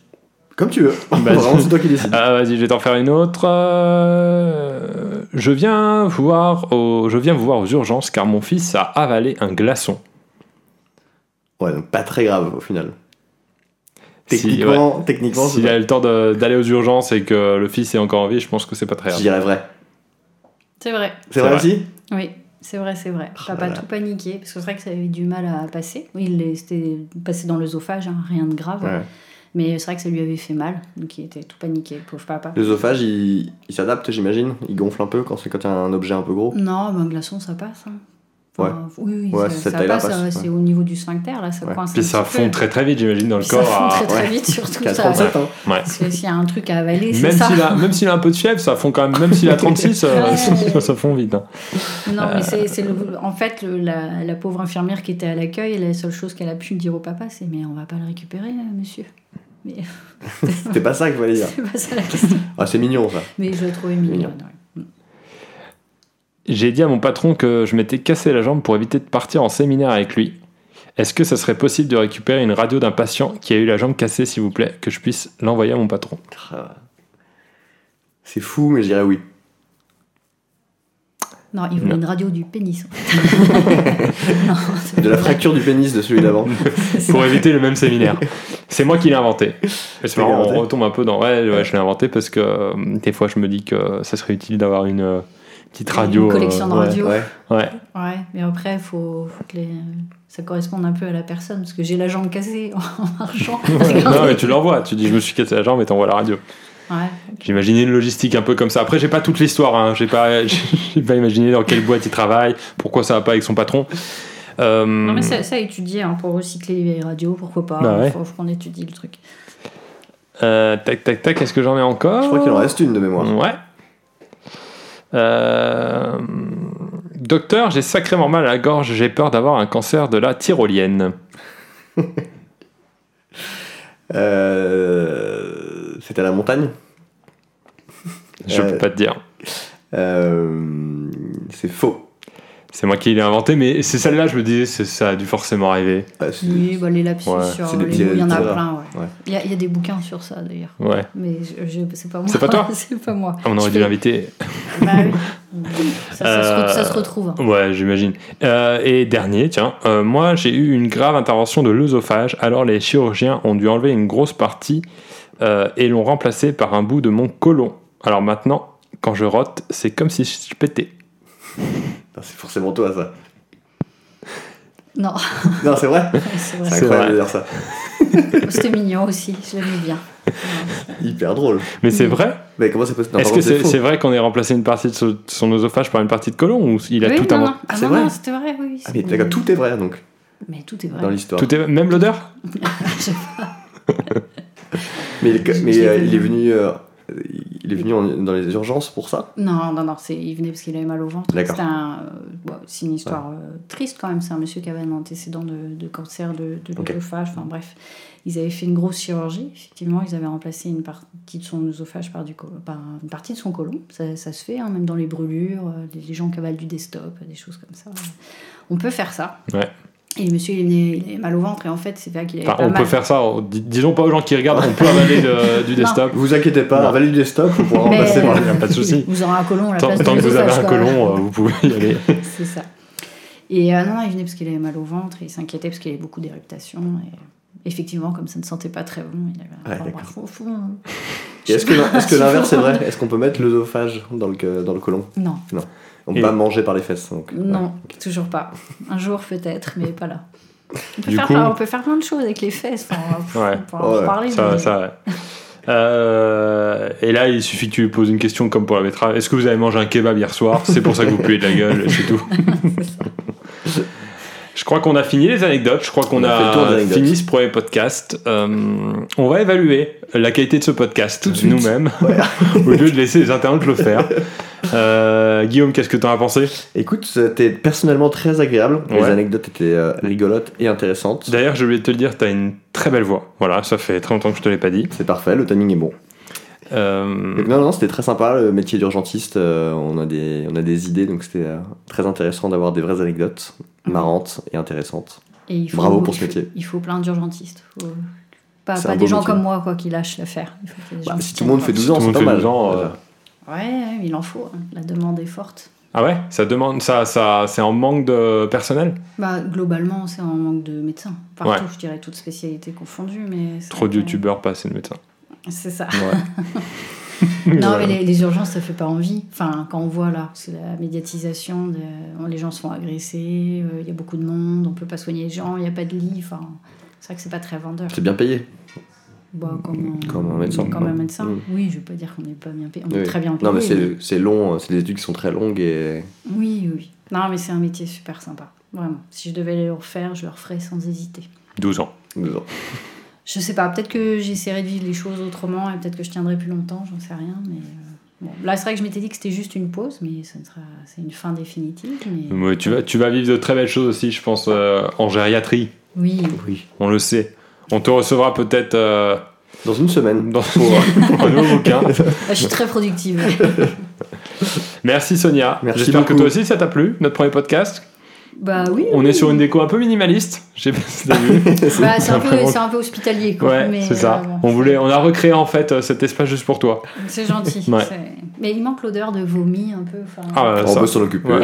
Speaker 2: Comme tu veux.
Speaker 1: Bah,
Speaker 2: Vraiment, c'est toi qui décides.
Speaker 1: Ah, Vas-y, je vais t'en faire une autre. Euh, Je, viens voir au- je viens vous voir aux urgences car mon fils a avalé un glaçon.
Speaker 2: Ouais, donc pas très grave au final.
Speaker 1: Si- ouais.
Speaker 2: Techniquement, techniquement, c'est
Speaker 1: S'il a eu le temps de- d'aller aux urgences et que le fils est encore en vie, je pense que c'est pas très
Speaker 2: pas- je
Speaker 1: grave.
Speaker 2: dirais vrai.
Speaker 3: C'est vrai.
Speaker 2: C'est
Speaker 1: C'est
Speaker 2: vrai
Speaker 1: vrai.
Speaker 2: aussi
Speaker 3: Oui. C'est vrai, c'est vrai.
Speaker 2: Oh
Speaker 3: T'as
Speaker 2: là
Speaker 3: pas
Speaker 2: là.
Speaker 3: tout paniqué, parce que c'est vrai que ça avait du mal à passer. Oui, il est- c'était passé dans l'œsophage, hein, rien de grave.
Speaker 2: Ouais.
Speaker 3: Mais c'est vrai que ça lui avait fait mal, donc il était tout paniqué, pauvre papa.
Speaker 2: L'œsophage, il, il s'adapte, j'imagine. Il gonfle un peu quand c'est quand il y a un objet un peu gros.
Speaker 3: Non, ben, un glaçon, ça passe. hein. Enfin, Oui, oui,
Speaker 2: Ouais,
Speaker 3: ça,
Speaker 2: cette
Speaker 3: ça
Speaker 2: taille-là
Speaker 3: passe,
Speaker 2: passe,
Speaker 3: euh, c'est au niveau du sphincter, là, ça
Speaker 2: Ouais.
Speaker 3: coince. un
Speaker 1: Puis ça
Speaker 3: petit peu.
Speaker 1: fond très très vite, hein, j'imagine, dans le
Speaker 3: Puis
Speaker 1: corps.
Speaker 3: Ça fond
Speaker 1: à-
Speaker 3: très très
Speaker 2: ouais.
Speaker 3: vite, surtout.
Speaker 2: Qu'à hein.
Speaker 3: ça-
Speaker 2: 37 ans.
Speaker 1: Ouais.
Speaker 3: Parce que s'il y a un truc à avaler, c'est
Speaker 1: Même
Speaker 3: ça.
Speaker 1: s'il a, même s'il a un peu de fièvre, ça fond quand même. Même s'il a 36, euh,
Speaker 3: Ouais.
Speaker 1: ça, ça fond vite. hein.
Speaker 3: Non, mais c'est c'est le- en fait le- la, la pauvre infirmière qui était à l'accueil, la seule chose qu'elle a pu dire au papa, c'est mais on va pas le récupérer, là, monsieur. Mais
Speaker 2: C'était pas ça qu'il fallait dire.
Speaker 3: c'est pas ça la question.
Speaker 2: Ah, c'est mignon ça.
Speaker 3: Mais je le trouvais mignon.
Speaker 2: Mignon.
Speaker 3: ouais.
Speaker 1: J'ai dit à mon patron que je m'étais cassé la jambe pour éviter de partir en séminaire avec lui. Est-ce que ça serait possible de récupérer une radio d'un patient qui a eu la jambe cassée, s'il vous plaît, que je puisse l'envoyer à mon patron
Speaker 2: C'est fou, mais je dirais oui.
Speaker 3: Non, il voulait
Speaker 1: Non.
Speaker 3: une radio du pénis. en fait. non, c'est
Speaker 2: De la
Speaker 3: pas vrai.
Speaker 2: fracture du pénis de celui d'avant.
Speaker 1: Pour éviter le même séminaire. C'est moi qui l'ai inventé. Et c'est
Speaker 2: l'as
Speaker 1: marrant,
Speaker 2: inventé
Speaker 1: on retombe un peu dans. Ouais, ouais, je l'ai inventé parce que euh, des fois, je me dis que ça serait utile d'avoir une euh, petite radio.
Speaker 3: Une collection
Speaker 1: euh,
Speaker 3: de
Speaker 1: ouais.
Speaker 3: radios.
Speaker 2: Ouais.
Speaker 1: Ouais.
Speaker 3: Ouais, mais après, faut, faut que les- ça corresponde un peu à la personne, parce que j'ai la jambe cassée en marchant.
Speaker 1: non, mais tu l'envoies. Tu dis, je me suis cassé la jambe et t'envoies la radio.
Speaker 3: Ouais.
Speaker 1: J'imaginais une logistique un peu comme ça. Après, j'ai pas toute l'histoire. Hein. J'ai pas, j'ai pas imaginé dans quelle boîte il travaille, pourquoi ça va pas avec son patron. Euh,
Speaker 3: Non, mais ça, ça étudier, hein, pour recycler les vieilles radios, pourquoi pas. hein,
Speaker 1: Bah ouais.
Speaker 3: Faut, faut qu'on étudie le truc.
Speaker 1: euh, tac, tac, tac. Est-ce que j'en ai encore
Speaker 2: Je crois qu'il en reste une de mémoire.
Speaker 1: Ouais. Euh, Docteur, j'ai sacrément mal à la gorge. J'ai peur d'avoir un cancer de la tyrolienne.
Speaker 3: Oh.
Speaker 2: Euh, C'était à la montagne.
Speaker 1: Je
Speaker 2: Euh.
Speaker 1: peux pas te dire.
Speaker 2: Euh, c'est faux.
Speaker 1: C'est moi qui l'ai inventé, mais c'est celle-là. Je me disais, c'est- ça a dû forcément arriver.
Speaker 2: Ah, c'est-
Speaker 3: Oui, bah, les lapsus
Speaker 1: Ouais,
Speaker 2: c'est
Speaker 3: sur
Speaker 2: des
Speaker 3: les
Speaker 2: petits
Speaker 3: mots, il y en a
Speaker 2: erreurs.
Speaker 3: plein, ouais.
Speaker 2: Ouais.
Speaker 3: Il y, a- il y a des bouquins sur ça, d'ailleurs.
Speaker 1: Ouais.
Speaker 3: Mais je, je- c'est pas moi.
Speaker 1: C'est pas toi
Speaker 3: C'est pas moi.
Speaker 1: On aurait
Speaker 3: Je
Speaker 1: dû
Speaker 3: fais-
Speaker 1: l'inviter.
Speaker 3: Bah oui. ça, ça se re-
Speaker 1: Euh,
Speaker 3: ça se retrouve. hein.
Speaker 1: Ouais, j'imagine. Euh, et dernier, tiens, euh, moi j'ai eu une grave intervention de l'œsophage, alors les chirurgiens ont dû enlever une grosse partie euh, et l'ont remplacé par un bout de mon côlon. Alors maintenant, quand je rote, c'est comme si je pétais.
Speaker 2: Ah, c'est forcément toi ça.
Speaker 3: Non,
Speaker 2: Non, c'est vrai.
Speaker 3: c'est
Speaker 2: C'est
Speaker 3: vrai.
Speaker 1: vrai.
Speaker 2: incroyable de dire ça.
Speaker 3: C'était mignon aussi, je l'aimais bien.
Speaker 2: Hyper drôle.
Speaker 1: Mais c'est
Speaker 3: Oui.
Speaker 1: vrai
Speaker 2: Mais comment c'est possible Mmh. Non,
Speaker 1: Est-ce
Speaker 2: pardon,
Speaker 1: que c'est
Speaker 2: faux.
Speaker 1: c'est vrai qu'on ait remplacé une partie de son, son œsophage par une partie de côlon ou il a
Speaker 3: Oui,
Speaker 1: tout
Speaker 3: non,
Speaker 1: inventé
Speaker 3: non. Ah,
Speaker 2: C'est
Speaker 3: non,
Speaker 2: vrai
Speaker 3: non, c'était vrai, oui.
Speaker 2: Ah,
Speaker 3: c'est-
Speaker 2: mais d'accord, tout est vrai donc
Speaker 3: Mais tout est vrai.
Speaker 2: dans l'histoire.
Speaker 1: Tout est même l'odeur
Speaker 2: Mais, il est-
Speaker 3: Je-
Speaker 2: mais
Speaker 3: je l'ai
Speaker 2: euh,
Speaker 3: pas
Speaker 2: il
Speaker 3: vu.
Speaker 2: est venu, euh, il est venu en- dans les urgences pour ça.
Speaker 3: Non, non, non, c'est, il venait parce qu'il avait mal au ventre.
Speaker 2: D'accord.
Speaker 3: C'était un, euh, bon, c'est une histoire euh, triste quand même. C'est un monsieur qui avait un antécédent de, de cancer de, de
Speaker 2: Ok.
Speaker 3: l'œsophage. Enfin bref, ils avaient fait une grosse chirurgie. Effectivement, ils avaient remplacé une partie de son œsophage par, du, côlon- par une partie de son côlon. Ça, ça se fait, hein, même dans les brûlures, euh, les, les gens cavalent du desktop, des choses comme ça. On peut faire ça.
Speaker 1: Ouais.
Speaker 3: Et le monsieur, il, est né- il avait mal au ventre et en fait, c'est vrai qu'il avait
Speaker 1: Enfin,
Speaker 3: pas
Speaker 1: on
Speaker 3: mal.
Speaker 1: peut faire ça. on- dis- disons pas aux gens qui regardent, on peut avaler de- du
Speaker 3: Non.
Speaker 1: desktop.
Speaker 2: Vous inquiétez pas,
Speaker 1: Non.
Speaker 2: avalez du desktop pour pouvoir
Speaker 3: Mais-
Speaker 2: remplacer par
Speaker 1: Il n'y a pas de souci.
Speaker 3: Vous aurez un côlon à la
Speaker 1: Tant,
Speaker 3: place de
Speaker 1: tant que vous avez
Speaker 3: l'œsophage,
Speaker 1: un
Speaker 3: quoi.
Speaker 1: colon, euh, vous pouvez y aller.
Speaker 3: C'est ça. Et euh, non, non, il venait parce qu'il avait mal au ventre, et il s'inquiétait parce qu'il avait beaucoup d'éruptations. Et euh, effectivement, comme ça ne sentait pas très bon, il avait un
Speaker 2: Ouais,
Speaker 3: enfin,
Speaker 2: d'accord.
Speaker 3: bref, au fond, hein.
Speaker 2: Et Est-ce que,
Speaker 3: Je sais
Speaker 2: est-ce que
Speaker 3: pas
Speaker 2: l'inverse
Speaker 3: si
Speaker 2: est
Speaker 3: on-
Speaker 2: vrai Est-ce qu'on peut mettre l'œsophage dans le, que- dans le côlon
Speaker 3: Non,
Speaker 2: On
Speaker 1: Et-
Speaker 2: peut pas manger par les fesses. Donc, ouais.
Speaker 3: non, toujours pas. Un jour peut-être, mais pas là. On peut,
Speaker 1: Du
Speaker 3: faire,
Speaker 1: coup-
Speaker 3: plein- on peut faire plein de choses avec les fesses. enfin, on va-
Speaker 1: Ouais.
Speaker 3: on pourra en
Speaker 2: Ouais,
Speaker 3: parler.
Speaker 1: Ça,
Speaker 3: mais-
Speaker 1: ça, ouais. Euh, et là, il suffit que tu lui poses une question comme pour la betterave. Est-ce que vous avez mangé un kebab hier soir C'est pour ça que vous puez de la gueule, c'est tout. Je crois qu'on a fini les anecdotes. Je crois qu'on
Speaker 2: On a fait le tour des
Speaker 1: a,
Speaker 2: anecdotes.
Speaker 1: fini ce premier podcast. Euh, on va évaluer la qualité de ce podcast
Speaker 2: Tout de suite.
Speaker 1: nous-mêmes,
Speaker 2: Ouais.
Speaker 1: au lieu de laisser les internautes le faire. Euh, Guillaume, qu'est-ce que t'en as pensé
Speaker 2: Écoute, c'était personnellement très agréable. Les
Speaker 1: Ouais.
Speaker 2: anecdotes étaient euh, rigolotes et intéressantes.
Speaker 1: D'ailleurs, je voulais te le dire, t'as une très belle voix. Voilà, ça fait très longtemps que je te l'ai pas dit.
Speaker 2: C'est parfait, le timing est bon.
Speaker 1: Euh,
Speaker 2: Donc, non, non, c'était très sympa, le métier d'urgentiste, euh, on, a des, on a des idées, donc c'était euh, très intéressant d'avoir des vraies anecdotes, marrantes et intéressantes.
Speaker 3: Et il faut-
Speaker 2: Bravo pour
Speaker 3: il
Speaker 2: ce
Speaker 3: faut-
Speaker 2: métier.
Speaker 3: Il faut plein d'urgentistes. Faut- Pas,
Speaker 2: C'est
Speaker 3: pas
Speaker 2: un
Speaker 3: des
Speaker 2: beau
Speaker 3: gens
Speaker 2: métier.
Speaker 3: comme moi quoi, qui lâchent l'affaire. Il faut qu'il y ait des
Speaker 2: Bah,
Speaker 3: gens
Speaker 2: si
Speaker 3: qui
Speaker 2: tout le monde
Speaker 3: tiennent,
Speaker 2: fait
Speaker 3: quoi.
Speaker 2: 12 ans,
Speaker 1: Tout
Speaker 2: c'est
Speaker 1: le
Speaker 2: pas
Speaker 1: monde fait
Speaker 2: mal.
Speaker 1: 12 ans,
Speaker 2: Déjà.
Speaker 1: euh,
Speaker 3: Ouais, ouais, mais il en faut. hein. La demande est forte.
Speaker 1: Ah ouais Ça demande, ça, ça, c'est en manque de personnel
Speaker 3: Bah, globalement, c'est un manque de médecins. Partout,
Speaker 1: Ouais.
Speaker 3: je dirais, toutes spécialités confondues. Mais c'est
Speaker 1: Trop
Speaker 3: vrai
Speaker 1: de
Speaker 3: que-
Speaker 1: youtubeurs, pas assez de médecins.
Speaker 3: C'est ça.
Speaker 2: Ouais.
Speaker 3: Non,
Speaker 1: Ouais.
Speaker 3: mais les, les urgences, ça fait pas envie. Enfin, quand on voit là, c'est la médiatisation, de- on- les gens se font agresser, euh, il y a beaucoup de monde, on peut pas soigner les gens, il n'y a pas de lit. Enfin, c'est vrai que c'est pas très vendeur.
Speaker 2: C'est bien payé.
Speaker 3: Bah, comme, un,
Speaker 2: Comme un médecin.
Speaker 3: Comme un médecin.
Speaker 2: Mm.
Speaker 3: Oui, je ne veux pas dire qu'on n'est pas bien payé. On est
Speaker 2: Oui.
Speaker 3: très bien payé.
Speaker 2: Non, mais c'est- c'est long, euh, c'est des études qui sont très longues et.
Speaker 3: Oui, oui, oui. Non, mais c'est un métier super sympa. Vraiment. Si je devais le refaire, je le referais sans hésiter.
Speaker 1: 12 ans.
Speaker 2: deux ans.
Speaker 3: Je sais pas, peut-être que j'essaierai de vivre les choses autrement et peut-être que je tiendrai plus longtemps, j'en sais rien. Mais euh, bon. Là, c'est vrai que je m'étais dit que c'était juste une pause, mais ce ne sera... c'est une fin définitive. Mais...
Speaker 1: Ouais, tu, vas, tu vas vivre de très belles choses aussi, je pense, euh, en gériatrie.
Speaker 3: Oui,
Speaker 2: Oui.
Speaker 1: On le sait. On te recevra peut-être euh,
Speaker 2: Dans une semaine.
Speaker 1: dans pour un nouveau bouquin.
Speaker 3: Ah, je suis très productive.
Speaker 1: Merci Sonia.
Speaker 2: Merci
Speaker 1: J'espère que
Speaker 2: beaucoup.
Speaker 1: toi aussi ça t'a plu, notre premier podcast.
Speaker 3: bah oui.
Speaker 1: On
Speaker 3: oui.
Speaker 1: est sur une déco un peu minimaliste. Je sais pas si t'as vu.
Speaker 3: Bah, c'est, un peu,
Speaker 1: Vraiment.
Speaker 3: c'est un peu hospitalier. Quoi.
Speaker 1: Ouais,
Speaker 3: mais,
Speaker 1: c'est
Speaker 3: euh,
Speaker 1: ça.
Speaker 3: bon,
Speaker 1: On
Speaker 3: c'est-
Speaker 1: voulait, on a recréé en fait euh, cet espace juste pour toi.
Speaker 3: C'est gentil.
Speaker 1: Ouais.
Speaker 3: c'est- Mais il manque l'odeur de vomi un peu. enfin,
Speaker 1: Ah, euh,
Speaker 2: On
Speaker 1: ça.
Speaker 2: peut s'en occuper.
Speaker 1: Ouais.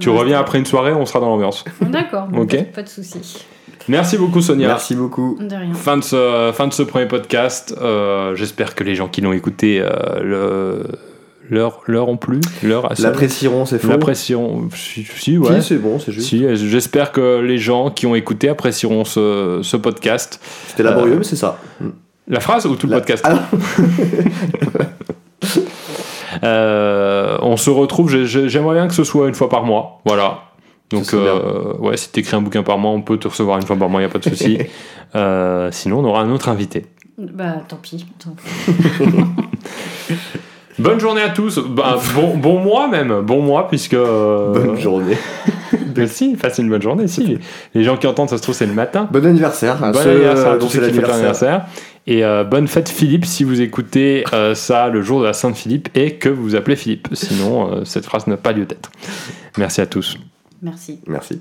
Speaker 1: Tu
Speaker 3: ouais.
Speaker 1: reviens après une soirée, on sera dans l'ambiance.
Speaker 3: D'accord,
Speaker 1: Ok.
Speaker 3: pas- pas de souci.
Speaker 1: Merci beaucoup Sonia.
Speaker 2: Merci beaucoup.
Speaker 3: De rien.
Speaker 1: Fin de ce, fin de ce premier podcast. Euh, J'espère que les gens qui l'ont écouté euh, le- leur, leur ont plu. Leur a-
Speaker 2: L'apprécieront, c'est faux.
Speaker 1: l'apprécieront. Si, si,
Speaker 2: Si,
Speaker 1: ouais.
Speaker 2: c'est bon, c'est juste.
Speaker 1: Si, euh, j'espère que les gens qui ont écouté apprécieront ce, ce podcast.
Speaker 2: C'était laborieux,
Speaker 1: Euh,
Speaker 2: mais c'est ça.
Speaker 1: La phrase ou tout le
Speaker 2: La-
Speaker 1: podcast
Speaker 2: Ah,
Speaker 1: Euh, On se retrouve, j'ai- j'ai- j'aimerais bien que ce soit une fois par mois. Voilà.
Speaker 2: Ce
Speaker 1: Donc,
Speaker 2: serait
Speaker 1: euh, ouais, si t'écris un bouquin par mois, on peut te recevoir une fois par mois, il n'y a pas de souci. Euh, sinon, on aura un autre invité.
Speaker 3: Bah tant pis. tant pis.
Speaker 1: Bonne journée à tous. Bah, bon, bon mois même. Bon mois, puisque. euh,
Speaker 2: bonne journée.
Speaker 1: Merci, passez une bonne journée. Si, les gens qui entendent, ça se trouve, c'est le matin.
Speaker 2: Bon anniversaire. à
Speaker 1: Bon
Speaker 2: ceux-
Speaker 1: anniversaire à
Speaker 2: dont
Speaker 1: tous
Speaker 2: Ah, c'est
Speaker 1: ceux qui fêtent leur
Speaker 2: l'anniversaire.
Speaker 1: anniversaire. Et euh, bonne fête Philippe si vous écoutez euh, ça le jour de la Sainte-Philippe et que vous vous appelez Philippe. Sinon, euh, cette phrase n'a pas lieu d'être. Merci à tous.
Speaker 3: Merci.
Speaker 2: Merci.